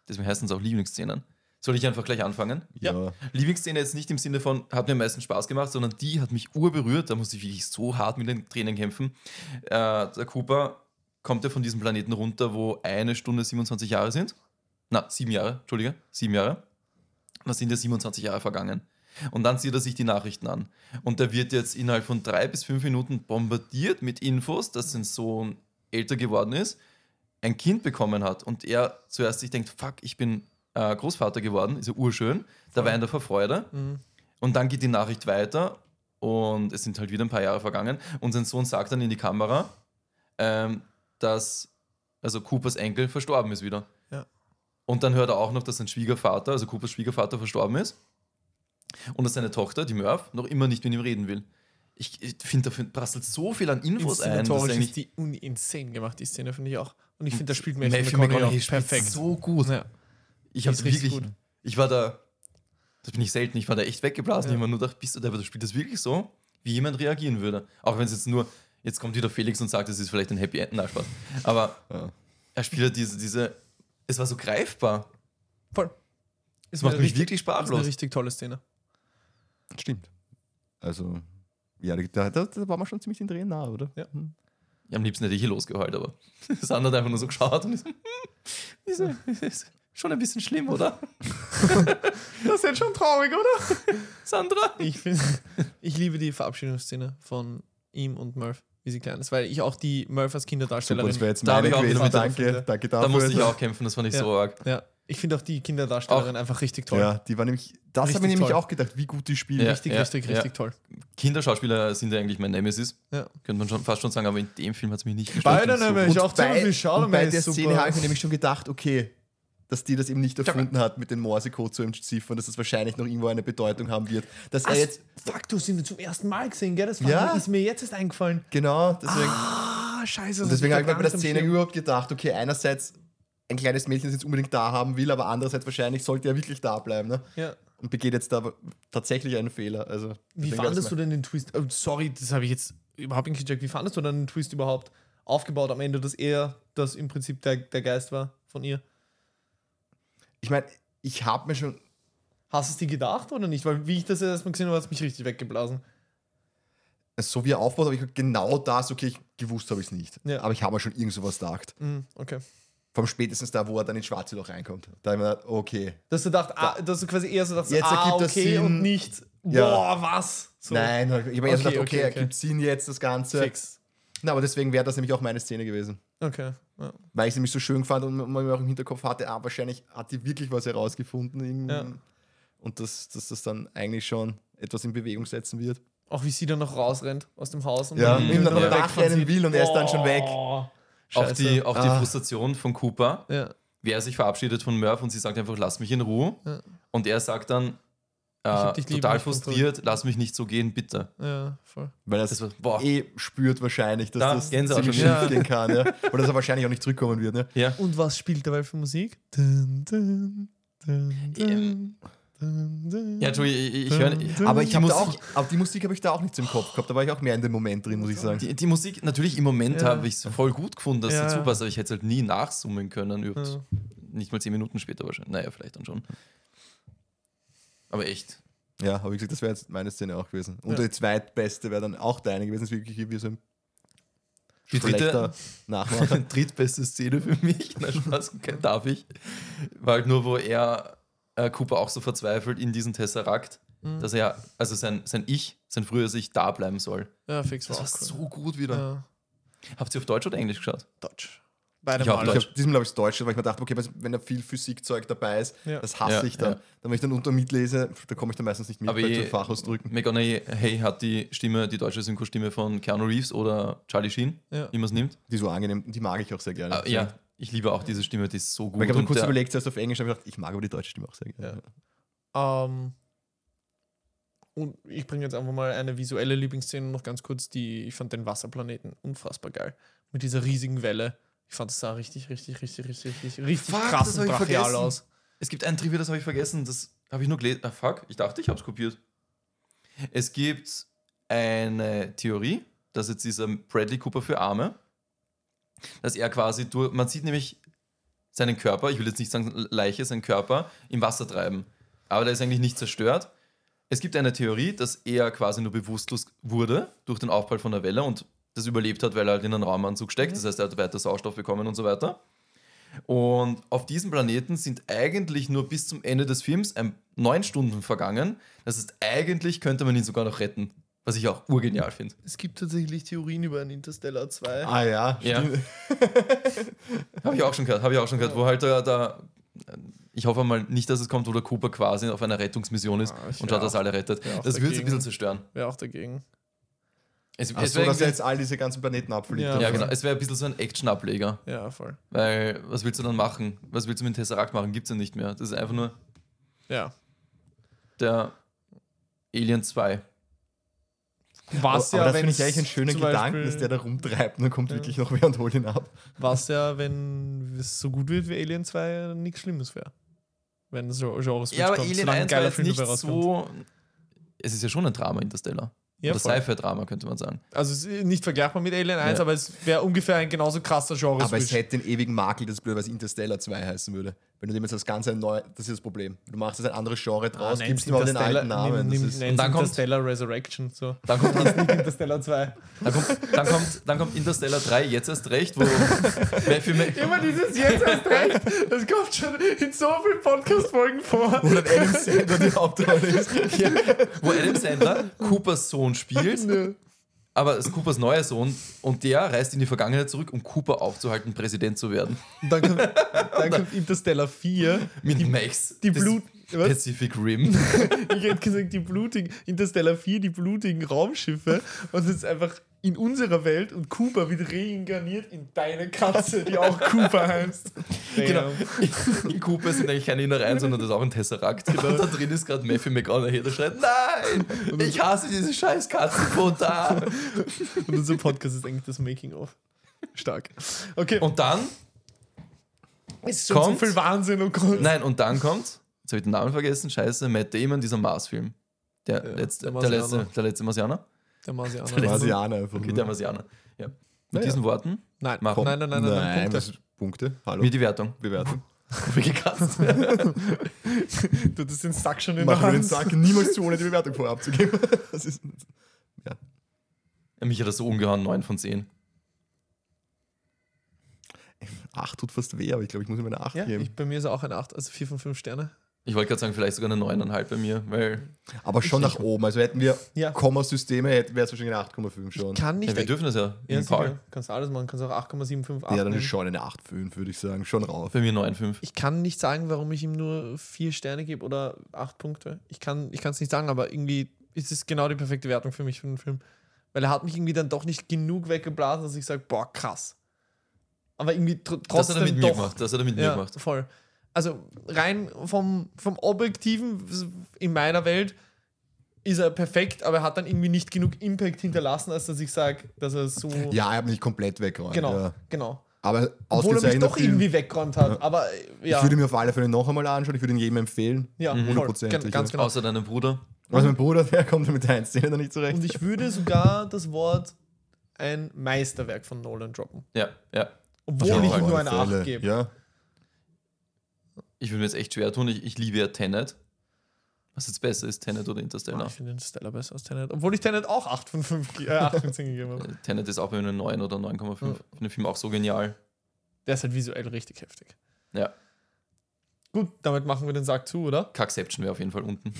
[SPEAKER 2] Deswegen heißen es auch Lieblingsszenen. Soll ich einfach gleich anfangen?
[SPEAKER 1] Ja.
[SPEAKER 3] ja.
[SPEAKER 2] Lieblingsszene jetzt nicht im Sinne von, hat mir am meisten Spaß gemacht, sondern die hat mich urberührt. Da musste ich wirklich so hart mit den Tränen kämpfen. Äh, der Cooper kommt ja von diesem Planeten runter, wo eine Stunde 27 Jahre sind. Na, sieben Jahre, Entschuldige, sieben Jahre. Da sind ja 27 Jahre vergangen. Und dann sieht er sich die Nachrichten an. Und der wird jetzt innerhalb von drei bis fünf Minuten bombardiert mit Infos, dass sein Sohn älter geworden ist, ein Kind bekommen hat und er zuerst sich denkt, fuck, ich bin äh, Großvater geworden, ist ja urschön. Da weint er vor Freude.
[SPEAKER 1] Mhm.
[SPEAKER 2] Und dann geht die Nachricht weiter und es sind halt wieder ein paar Jahre vergangen. Und sein Sohn sagt dann in die Kamera, ähm, dass also Coopers Enkel verstorben ist wieder.
[SPEAKER 1] Ja.
[SPEAKER 2] Und dann hört er auch noch, dass sein Schwiegervater, also Coopers Schwiegervater, verstorben ist. Und dass seine Tochter, die Murph, noch immer nicht mit ihm reden will. Ich, ich finde, da prasselt so viel an Infos ein. dass
[SPEAKER 1] inszenatorisch
[SPEAKER 2] eigentlich-
[SPEAKER 1] ist die Uni insane gemacht, die Szene, finde ich auch. Und ich finde, das spielt Matthew
[SPEAKER 2] Matthew
[SPEAKER 1] McConaughey
[SPEAKER 2] McConaughey
[SPEAKER 1] auch
[SPEAKER 2] spielt
[SPEAKER 1] perfekt.
[SPEAKER 2] so gut.
[SPEAKER 1] Ja.
[SPEAKER 2] Ich habe
[SPEAKER 1] ist
[SPEAKER 2] wirklich,
[SPEAKER 1] richtig gut.
[SPEAKER 2] ich Ich war da, das bin ich selten, ich war da echt weggeblasen. Ich habe mir nur gedacht, bist du da, aber du spielst das wirklich so, wie jemand reagieren würde. Auch wenn es jetzt nur, jetzt kommt wieder Felix und sagt, es ist vielleicht ein Happy End, na Spaß. Aber
[SPEAKER 3] Ja.
[SPEAKER 2] er spielt halt diese, diese, es war so greifbar.
[SPEAKER 1] Voll. Ist
[SPEAKER 2] Es macht
[SPEAKER 1] eine
[SPEAKER 2] mich
[SPEAKER 1] richtig-
[SPEAKER 2] wirklich
[SPEAKER 1] ist eine
[SPEAKER 2] sprachlos.
[SPEAKER 1] richtig tolle Szene.
[SPEAKER 3] Stimmt. Also, ja, da, da, da war man schon ziemlich den Drehen nah, oder?
[SPEAKER 1] Ja.
[SPEAKER 3] Hm.
[SPEAKER 2] Ja, Am liebsten hätte ich hier losgeheult, aber Sand hat einfach nur so geschaut und ist, ist, ist schon ein bisschen schlimm, oder?
[SPEAKER 1] Das ist jetzt schon traurig, oder?
[SPEAKER 2] Sandra?
[SPEAKER 1] Ich, find, ich liebe die Verabschiedungsszene von ihm und Murph, wie sie klein ist, weil ich auch die Murph als
[SPEAKER 3] Super,
[SPEAKER 1] Kinderdarstellerin.
[SPEAKER 3] das wäre jetzt
[SPEAKER 2] Da hab
[SPEAKER 3] meine
[SPEAKER 2] ich auch
[SPEAKER 3] Quelle.
[SPEAKER 2] gefunden.
[SPEAKER 3] Danke, danke
[SPEAKER 2] Da
[SPEAKER 3] dafür.
[SPEAKER 2] musste ich auch kämpfen, das fand ich
[SPEAKER 1] Ja.
[SPEAKER 2] so arg.
[SPEAKER 1] ja, ich finde auch die Kinderdarstellerin einfach richtig toll.
[SPEAKER 3] Ja, die war nämlich, das
[SPEAKER 1] Richtig
[SPEAKER 3] habe ich nämlich
[SPEAKER 1] toll.
[SPEAKER 3] auch gedacht, wie gut die spielen.
[SPEAKER 2] Ja.
[SPEAKER 1] Richtig, richtig, richtig toll.
[SPEAKER 2] Kinderschauspieler sind ja eigentlich mein Nemesis.
[SPEAKER 1] Ja.
[SPEAKER 2] Könnte man schon, fast schon sagen, aber in dem Film hat es mich nicht gestört.
[SPEAKER 1] Beide Namen, ich auch Timothy
[SPEAKER 3] und bei
[SPEAKER 1] Chalamet
[SPEAKER 3] der
[SPEAKER 1] ist
[SPEAKER 3] Szene habe
[SPEAKER 1] super.
[SPEAKER 3] ich mir nämlich schon gedacht, okay, dass die das eben nicht erfunden hat mit dem Morsecode zu entziffern, dass das wahrscheinlich noch irgendwo eine Bedeutung haben wird. Dass er jetzt,
[SPEAKER 1] fuck, du hast ihn zum ersten Mal gesehen, gell? Das
[SPEAKER 3] Ja.
[SPEAKER 1] ist mir jetzt erst eingefallen.
[SPEAKER 3] genau, deswegen,
[SPEAKER 1] Ah, scheiße.
[SPEAKER 3] und
[SPEAKER 1] das
[SPEAKER 3] deswegen
[SPEAKER 1] hab
[SPEAKER 3] habe ich mir
[SPEAKER 1] gar
[SPEAKER 3] bei der
[SPEAKER 1] nicht am
[SPEAKER 3] Szene
[SPEAKER 1] Schirm.
[SPEAKER 3] überhaupt gedacht, okay, einerseits ein kleines Mädchen, das jetzt unbedingt da haben will, aber andererseits wahrscheinlich sollte er wirklich da bleiben. Ne?
[SPEAKER 1] Ja.
[SPEAKER 3] Und begeht jetzt da tatsächlich einen Fehler. Also,
[SPEAKER 1] Wie fandest du denn den Twist? Oh, sorry, das habe ich jetzt überhaupt nicht gecheckt. Wie fandest du denn den Twist überhaupt aufgebaut am Ende, dass er das im Prinzip der, der Geist war von ihr?
[SPEAKER 3] Ich meine, ich habe mir schon
[SPEAKER 1] Hast du es dir gedacht oder nicht? Weil wie ich das erstmal gesehen habe, hat es mich richtig weggeblasen.
[SPEAKER 3] so wie er aufbaut, habe ich genau das, okay, ich, gewusst habe ich es nicht.
[SPEAKER 1] Ja.
[SPEAKER 3] Aber ich habe mir schon irgend sowas gedacht.
[SPEAKER 1] Mhm, okay.
[SPEAKER 3] Vom spätestens da, wo er dann ins schwarze Loch reinkommt. Da habe ich mir gedacht, okay,
[SPEAKER 1] Dass du dacht, ah, dass du quasi eher so dachtest,
[SPEAKER 3] Jetzt
[SPEAKER 1] ah,
[SPEAKER 3] ergibt das
[SPEAKER 1] okay
[SPEAKER 3] Sinn.
[SPEAKER 1] und nicht,
[SPEAKER 3] Ja.
[SPEAKER 1] boah, was? So.
[SPEAKER 3] nein, ich habe mir erst
[SPEAKER 1] Okay,
[SPEAKER 3] gedacht, okay,
[SPEAKER 1] okay,
[SPEAKER 3] okay,
[SPEAKER 1] okay.
[SPEAKER 3] ergibt Sinn jetzt das Ganze.
[SPEAKER 1] Fix.
[SPEAKER 3] Na, aber deswegen wäre das nämlich auch meine Szene gewesen.
[SPEAKER 1] Okay. Ja.
[SPEAKER 3] Weil ich es nämlich so schön fand und man mir auch im Hinterkopf hatte, ah, wahrscheinlich hat die wirklich was herausgefunden. irgendwie.
[SPEAKER 1] Ja.
[SPEAKER 3] Und dass dass das dann eigentlich schon etwas in Bewegung setzen wird.
[SPEAKER 1] Auch wie sie dann noch rausrennt aus dem Haus. Und
[SPEAKER 3] Ja,
[SPEAKER 1] dann
[SPEAKER 3] und
[SPEAKER 1] die
[SPEAKER 3] ihm
[SPEAKER 1] Tür
[SPEAKER 3] dann noch
[SPEAKER 1] wieder weg von
[SPEAKER 3] nachrennen
[SPEAKER 1] sieht.
[SPEAKER 3] will und er ist dann schon weg.
[SPEAKER 1] Boah,
[SPEAKER 2] Auch die,
[SPEAKER 1] Scheiße.
[SPEAKER 2] auch die
[SPEAKER 3] Ah.
[SPEAKER 2] Frustration von Cooper,
[SPEAKER 1] Ja.
[SPEAKER 2] wie er sich verabschiedet von Murph und sie sagt einfach, lass mich in Ruhe.
[SPEAKER 1] Ja.
[SPEAKER 2] Und er sagt dann, äh,
[SPEAKER 1] hab dich lieb,
[SPEAKER 2] total
[SPEAKER 1] nicht kontrolliert.
[SPEAKER 2] frustriert, lass mich nicht so gehen, bitte.
[SPEAKER 1] Ja, voll.
[SPEAKER 3] Weil er
[SPEAKER 2] Das war, boah.
[SPEAKER 3] eh spürt wahrscheinlich, dass
[SPEAKER 2] Da,
[SPEAKER 3] das
[SPEAKER 2] Gänsehaut
[SPEAKER 3] ziemlich
[SPEAKER 2] schon wieder.
[SPEAKER 3] schief gehen kann. Ja. Oder dass er wahrscheinlich auch nicht zurückkommen wird. Ne?
[SPEAKER 2] Ja.
[SPEAKER 1] Und was spielt dabei für Musik? Dun, dun, dun, dun,
[SPEAKER 2] Ähm.
[SPEAKER 1] dun, dun.
[SPEAKER 2] Ja, Entschuldigung, ich, ich
[SPEAKER 1] Hm.
[SPEAKER 2] höre. Ich,
[SPEAKER 3] Aber ich
[SPEAKER 2] die
[SPEAKER 3] habe
[SPEAKER 2] Musik-
[SPEAKER 3] auch, aber die Musik habe ich da auch nichts im Kopf gehabt. Da war ich auch mehr in dem Moment drin, muss ich sagen.
[SPEAKER 2] Die, die Musik, natürlich im Moment
[SPEAKER 1] Ja.
[SPEAKER 2] habe ich es voll gut gefunden, dass
[SPEAKER 1] Ja,
[SPEAKER 2] dazu
[SPEAKER 1] ja.
[SPEAKER 2] passt, aber ich hätte es halt nie nachsummen können. Überhaupt.
[SPEAKER 1] Ja.
[SPEAKER 2] Nicht mal zehn Minuten später wahrscheinlich. Naja, vielleicht dann schon. Aber echt.
[SPEAKER 3] Ja, habe ich gesagt, das wäre jetzt meine Szene auch gewesen. Und
[SPEAKER 1] Ja.
[SPEAKER 3] die zweitbeste wäre dann auch deine gewesen. Das ist wirklich wie so ein
[SPEAKER 2] Die
[SPEAKER 3] schlechter
[SPEAKER 2] dritte,
[SPEAKER 3] Nachmacher.
[SPEAKER 2] drittbeste Szene für mich, na Spaß, okay, darf ich, war halt nur, wo er äh, Cooper auch so verzweifelt in diesen Tesseract,
[SPEAKER 1] Mhm.
[SPEAKER 2] dass er, also sein, sein Ich, sein früheres Ich da bleiben soll.
[SPEAKER 1] Ja, fix
[SPEAKER 2] Das
[SPEAKER 1] war
[SPEAKER 2] war
[SPEAKER 1] auch cool.
[SPEAKER 2] so gut wieder.
[SPEAKER 1] Ja.
[SPEAKER 2] Habt ihr auf Deutsch oder Englisch geschaut?
[SPEAKER 1] Deutsch. Beide
[SPEAKER 2] Ich hab
[SPEAKER 1] Male.
[SPEAKER 3] Ich hab, diesmal habe ich es Deutsch, weil ich mir dachte, okay, was- wenn da viel Physikzeug dabei ist,
[SPEAKER 1] Ja.
[SPEAKER 3] das hasse
[SPEAKER 2] Ja,
[SPEAKER 3] ich dann.
[SPEAKER 2] ja.
[SPEAKER 3] Dann, wenn ich dann unter mitlese, da komme ich dann meistens nicht mit
[SPEAKER 2] Aber
[SPEAKER 3] bei
[SPEAKER 2] je-
[SPEAKER 3] den Fachausdrücken.
[SPEAKER 2] McConaughey hey, hat die Stimme, die deutsche Synchro-Stimme von Keanu Reeves oder Charlie Sheen,
[SPEAKER 1] Ja.
[SPEAKER 2] wie man es nimmt.
[SPEAKER 3] Die so angenehm, die mag ich auch sehr gerne.
[SPEAKER 2] Ah, ja, ich liebe auch diese Stimme, die ist so gut.
[SPEAKER 3] Weil ich habe
[SPEAKER 2] Und äh,
[SPEAKER 3] kurz
[SPEAKER 2] der-
[SPEAKER 3] überlegt, zuerst auf Englisch, habe ich gedacht, ich mag aber die deutsche Stimme auch sehr gerne.
[SPEAKER 1] Ähm, und ich bringe jetzt einfach mal eine visuelle Lieblingsszene noch ganz kurz. Die, ich fand den Wasserplaneten unfassbar geil. Mit dieser riesigen Welle. Ich fand es sah richtig, richtig, richtig, richtig, richtig, richtig
[SPEAKER 2] Fuck, das
[SPEAKER 1] krass
[SPEAKER 2] hab
[SPEAKER 1] und
[SPEAKER 2] ich
[SPEAKER 1] brachial
[SPEAKER 2] vergessen.
[SPEAKER 1] aus.
[SPEAKER 2] Es gibt ein Trivia, das habe ich vergessen, das habe ich nur gelesen. Ah, fuck, ich dachte, ich habe es kopiert. Es gibt eine Theorie, dass jetzt dieser Bradley Cooper für Arme, dass er quasi durch, man sieht nämlich seinen Körper, ich will jetzt nicht sagen Leiche, seinen Körper im Wasser treiben. Aber der ist eigentlich nicht zerstört. Es gibt eine Theorie, dass er quasi nur bewusstlos wurde durch den Aufprall von der Welle und das überlebt hat, weil er halt in einen Raumanzug steckt. Das heißt, er hat weiter Sauerstoff bekommen und so weiter. Und auf diesem Planeten sind eigentlich nur bis zum Ende des Films ein, neun Stunden vergangen. Das heißt, eigentlich könnte man ihn sogar noch retten. Was ich auch urgenial finde.
[SPEAKER 1] Es gibt tatsächlich Theorien über einen Interstellar 2.
[SPEAKER 3] Ah ja,
[SPEAKER 2] Ja.
[SPEAKER 3] stimmt.
[SPEAKER 2] Habe ich auch schon gehört, habe ich auch schon gehört, wo halt da, da äh, ich hoffe mal nicht, dass es kommt, wo der Cooper quasi auf einer Rettungsmission ist halt
[SPEAKER 1] Ah, ich
[SPEAKER 2] und
[SPEAKER 1] wär
[SPEAKER 2] schaut, dass
[SPEAKER 1] auch-
[SPEAKER 2] alle rettet.
[SPEAKER 1] wär auch
[SPEAKER 2] Das würde es ein
[SPEAKER 1] dagegen.
[SPEAKER 2] bisschen zerstören.
[SPEAKER 1] Wäre auch dagegen.
[SPEAKER 2] Es,
[SPEAKER 3] Ach
[SPEAKER 2] es
[SPEAKER 3] so,
[SPEAKER 2] wäre
[SPEAKER 3] dass er
[SPEAKER 2] irgendwie-
[SPEAKER 3] jetzt all diese ganzen Planeten abfliegt.
[SPEAKER 1] Ja.
[SPEAKER 3] oder?
[SPEAKER 2] ja, genau, es wäre ein bisschen so ein Action-Ableger.
[SPEAKER 1] Ja, voll.
[SPEAKER 2] Weil, was willst du dann machen? Was willst du mit dem Tesseract machen? Gibt es ja nicht mehr. Das ist einfach nur
[SPEAKER 1] Ja.
[SPEAKER 2] der Alien 2.
[SPEAKER 1] Was
[SPEAKER 3] aber
[SPEAKER 1] ja, wenn
[SPEAKER 3] das finde ich
[SPEAKER 1] es
[SPEAKER 3] eigentlich einen schönen
[SPEAKER 1] zum
[SPEAKER 3] Gedanken,
[SPEAKER 1] Beispiel-
[SPEAKER 3] dass der da rumtreibt und dann kommt
[SPEAKER 1] Ja.
[SPEAKER 3] wirklich noch wer und holt ihn ab.
[SPEAKER 1] Was ja, wenn es so gut wird wie Alien 2, nichts Schlimmes wäre. wenn so Genres
[SPEAKER 2] Ja, aber Alien 1 war jetzt nicht
[SPEAKER 1] rauskommt.
[SPEAKER 2] so. Es ist ja schon ein Drama, Interstellar.
[SPEAKER 1] Ja,
[SPEAKER 2] Oder
[SPEAKER 1] voll.
[SPEAKER 2] Sci-Fi-Drama, könnte man sagen.
[SPEAKER 1] Also es ist nicht vergleichbar mit Alien 1,
[SPEAKER 2] Ja.
[SPEAKER 1] aber es wäre ungefähr ein genauso krasser Genre.
[SPEAKER 3] Aber es hätte den ewigen Makel, dass es blöderweise Interstellar 2 heißen würde. Wenn du dem jetzt das Ganze ein neu, das ist das Problem. Du machst jetzt ein anderes
[SPEAKER 1] Ah,
[SPEAKER 3] Genre draus, gibst ihm aber den alten Namen. Das ist,
[SPEAKER 1] Und
[SPEAKER 2] dann kommt-
[SPEAKER 1] dann kommt Interstellar Resurrection. So.
[SPEAKER 2] Dann kommt, dann,
[SPEAKER 1] Interstellar 2.
[SPEAKER 2] kommt, dann, kommt, dann kommt Interstellar 3 jetzt erst recht, wo Matthew Mc-
[SPEAKER 1] Immer dieses jetzt erst recht. Das kommt schon in so vielen Podcast-Folgen vor.
[SPEAKER 3] wo dann Adam Sandler die Hauptrolle ist.
[SPEAKER 2] wo Adam Sandler Coopers Sohn spielt. Aber es ist Coopers neuer Sohn und der reist in die Vergangenheit zurück, um Cooper aufzuhalten, Präsident zu werden.
[SPEAKER 1] Und dann kommt, dann kommt Interstellar 4.
[SPEAKER 2] Mit Max.
[SPEAKER 1] Die
[SPEAKER 2] des
[SPEAKER 1] Blut. Was?
[SPEAKER 2] Pacific Rim.
[SPEAKER 1] Ich hätte gesagt, die blutigen, Interstellar 4, die blutigen Raumschiffe. Und es ist einfach in unserer Welt und Kuba wird reinkarniert in deine Katze, die auch Kuba heißt.
[SPEAKER 2] Genau. In Cooper sind eigentlich keine Innereien, sondern das ist auch ein Tesserakt.
[SPEAKER 1] Genau.
[SPEAKER 2] Und da drin ist gerade Matthew McConaughey, der schreit, nein, ich hasse diese scheiß Katzenfutter.
[SPEAKER 1] Und unser Podcast ist eigentlich das Making-of. Stark. Okay.
[SPEAKER 2] Und dann,
[SPEAKER 1] es ist
[SPEAKER 2] kommt-
[SPEAKER 1] so viel Wahnsinn oh und Grund.
[SPEAKER 2] nein, und dann kommt, jetzt habe ich den Namen vergessen, scheiße, Matt Damon, dieser Mars-Film. Der, letzte, der,
[SPEAKER 1] der Marsianer. Mhm.
[SPEAKER 2] letzte, der letzte Marsianer.
[SPEAKER 1] Der Marsianer.
[SPEAKER 3] Marsianer einfach.
[SPEAKER 2] Okay,
[SPEAKER 3] nur.
[SPEAKER 2] der Marsianer. Ja. Mit
[SPEAKER 3] Naja.
[SPEAKER 2] diesen Worten,
[SPEAKER 1] Nein,
[SPEAKER 2] Mach-
[SPEAKER 1] nein, nein, nein, nein, nein,
[SPEAKER 3] das ist Punkte. Hallo.
[SPEAKER 2] mir die Wertung.
[SPEAKER 3] Bewertung.
[SPEAKER 2] Wie gekratzt.
[SPEAKER 1] Punkte. Du hast den Sack schon in
[SPEAKER 3] Mach
[SPEAKER 1] der
[SPEAKER 3] nur den
[SPEAKER 1] Hand.
[SPEAKER 3] Sack niemals zu, ohne die Bewertung vorher abzugeben. Das ist,
[SPEAKER 2] Mich hat das so umgehauen, 9 von 10.
[SPEAKER 3] acht tut fast weh, aber ich glaube, ich muss ihm eine acht
[SPEAKER 1] Ja, ich,
[SPEAKER 3] geben.
[SPEAKER 1] bei mir ist er auch ein 8, also 4 von 5 Sterne.
[SPEAKER 2] Ich wollte gerade sagen, vielleicht sogar eine 9,5 bei mir, weil
[SPEAKER 3] Aber schon nach oben. Also hätten wir
[SPEAKER 1] Ja.
[SPEAKER 3] Kommasysteme, hätte- wäre es wahrscheinlich eine 8,5 schon.
[SPEAKER 1] Kann nicht.
[SPEAKER 2] ja, wir dürfen das ja.
[SPEAKER 1] ja,
[SPEAKER 2] Im Paul.
[SPEAKER 1] sicher. Kannst alles machen, kannst auch 8,75
[SPEAKER 3] Ja, dann
[SPEAKER 1] nehmen.
[SPEAKER 3] ist schon eine 8,5, würde ich sagen. Schon rauf.
[SPEAKER 2] Bei mir 9,5.
[SPEAKER 1] ich kann nicht sagen, warum ich ihm nur vier Sterne gebe oder acht Punkte. Ich kann es nicht sagen, aber irgendwie ist es genau die perfekte Wertung für mich für den Film. Weil er hat mich irgendwie dann doch nicht genug weggeblasen, dass ich sage, boah, krass. Aber irgendwie tr
[SPEAKER 2] Das hat er mit
[SPEAKER 1] trotzdem
[SPEAKER 2] mir
[SPEAKER 1] doch.
[SPEAKER 2] gemacht. Das hat er mit mir
[SPEAKER 1] Ja,
[SPEAKER 2] gemacht.
[SPEAKER 1] voll. Also rein vom, vom Objektiven in meiner Welt ist er perfekt, aber er hat dann irgendwie nicht genug Impact hinterlassen, als dass ich sage, dass er so...
[SPEAKER 3] Ja, ich habe nicht komplett weggeräumt.
[SPEAKER 1] genau,
[SPEAKER 3] Ja.
[SPEAKER 1] genau. Obwohl
[SPEAKER 3] Aber
[SPEAKER 1] er mich
[SPEAKER 3] ausgezeichnet.
[SPEAKER 1] doch irgendwie weggeräumt hat, aber äh, ja.
[SPEAKER 3] Ich würde mir auf alle Fälle noch einmal anschauen. Ich würde ihn jedem empfehlen.
[SPEAKER 1] Ja,
[SPEAKER 3] Mhm.
[SPEAKER 1] voll.
[SPEAKER 3] Hundertprozentig,
[SPEAKER 1] Gen- ganz
[SPEAKER 3] ja.
[SPEAKER 1] genau.
[SPEAKER 2] Außer deinem Bruder.
[SPEAKER 3] Also mein Bruder, der kommt damit der Szene noch nicht zurecht.
[SPEAKER 1] Mhm. Und ich würde sogar das Wort ein Meisterwerk von Nolan droppen.
[SPEAKER 2] Ja, ja.
[SPEAKER 1] Obwohl
[SPEAKER 2] Ja,
[SPEAKER 1] ich ihm
[SPEAKER 2] auf
[SPEAKER 1] nur eine
[SPEAKER 3] Alle Fälle.
[SPEAKER 1] 8 gebe.
[SPEAKER 3] Ja.
[SPEAKER 2] Ich würde mir jetzt echt schwer tun. Ich, ich liebe ja Tenet. Was jetzt besser ist, Tenet oder
[SPEAKER 1] Ah,
[SPEAKER 2] Interstellar?
[SPEAKER 1] Ich finde den Stellar besser als Tenet. Obwohl ich Tenet auch 8 von 5 ge- äh, 8 von 10 gegeben habe.
[SPEAKER 2] Tenet ist auch bei mir eine 9 oder 9,5.
[SPEAKER 1] Ja.
[SPEAKER 2] Ich finde den Film auch so genial.
[SPEAKER 1] Der ist halt visuell richtig heftig.
[SPEAKER 2] Ja.
[SPEAKER 1] Gut, damit machen wir den Sack zu, oder?
[SPEAKER 2] Kackception wäre auf jeden Fall unten.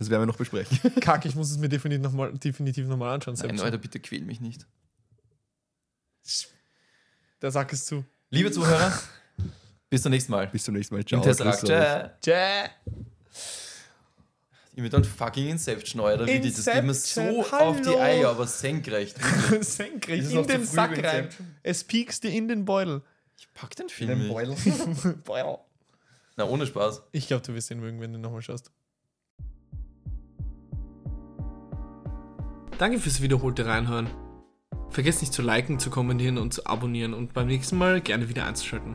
[SPEAKER 3] Das werden wir noch besprechen.
[SPEAKER 1] Kack, ich muss es mir definitiv nochmal definitiv noch mal anschauen.
[SPEAKER 2] Nein,
[SPEAKER 1] Selbst.
[SPEAKER 2] Leute, bitte quäl mich nicht.
[SPEAKER 1] Der Sack ist zu.
[SPEAKER 2] Liebe Zuhörer, bis zum nächsten Mal.
[SPEAKER 3] Bis zum nächsten Mal.
[SPEAKER 2] Im
[SPEAKER 3] Ciao.
[SPEAKER 2] Tesseract.
[SPEAKER 3] Grüß euch.
[SPEAKER 2] Tschä.
[SPEAKER 1] Tschä.
[SPEAKER 2] Ich mit einem fucking Inception, Alter. Wie die, das geht mir so
[SPEAKER 1] Inception,
[SPEAKER 2] auf die
[SPEAKER 1] hallo.
[SPEAKER 2] Eier, aber senkrecht.
[SPEAKER 1] Senkrecht
[SPEAKER 3] Ist es
[SPEAKER 1] in
[SPEAKER 3] noch zu
[SPEAKER 1] den
[SPEAKER 3] früh
[SPEAKER 1] Sack
[SPEAKER 3] wegen
[SPEAKER 1] rein. Es piekst dir in den Beutel.
[SPEAKER 2] Ich pack den Film nicht.
[SPEAKER 1] Beutel.
[SPEAKER 2] Na, ohne Spaß.
[SPEAKER 1] Ich glaube, du wirst ihn mögen, wenn du nochmal schaust.
[SPEAKER 4] Danke fürs wiederholte Reinhören. Vergesst nicht zu liken, zu kommentieren und zu abonnieren und beim nächsten Mal gerne wieder einzuschalten.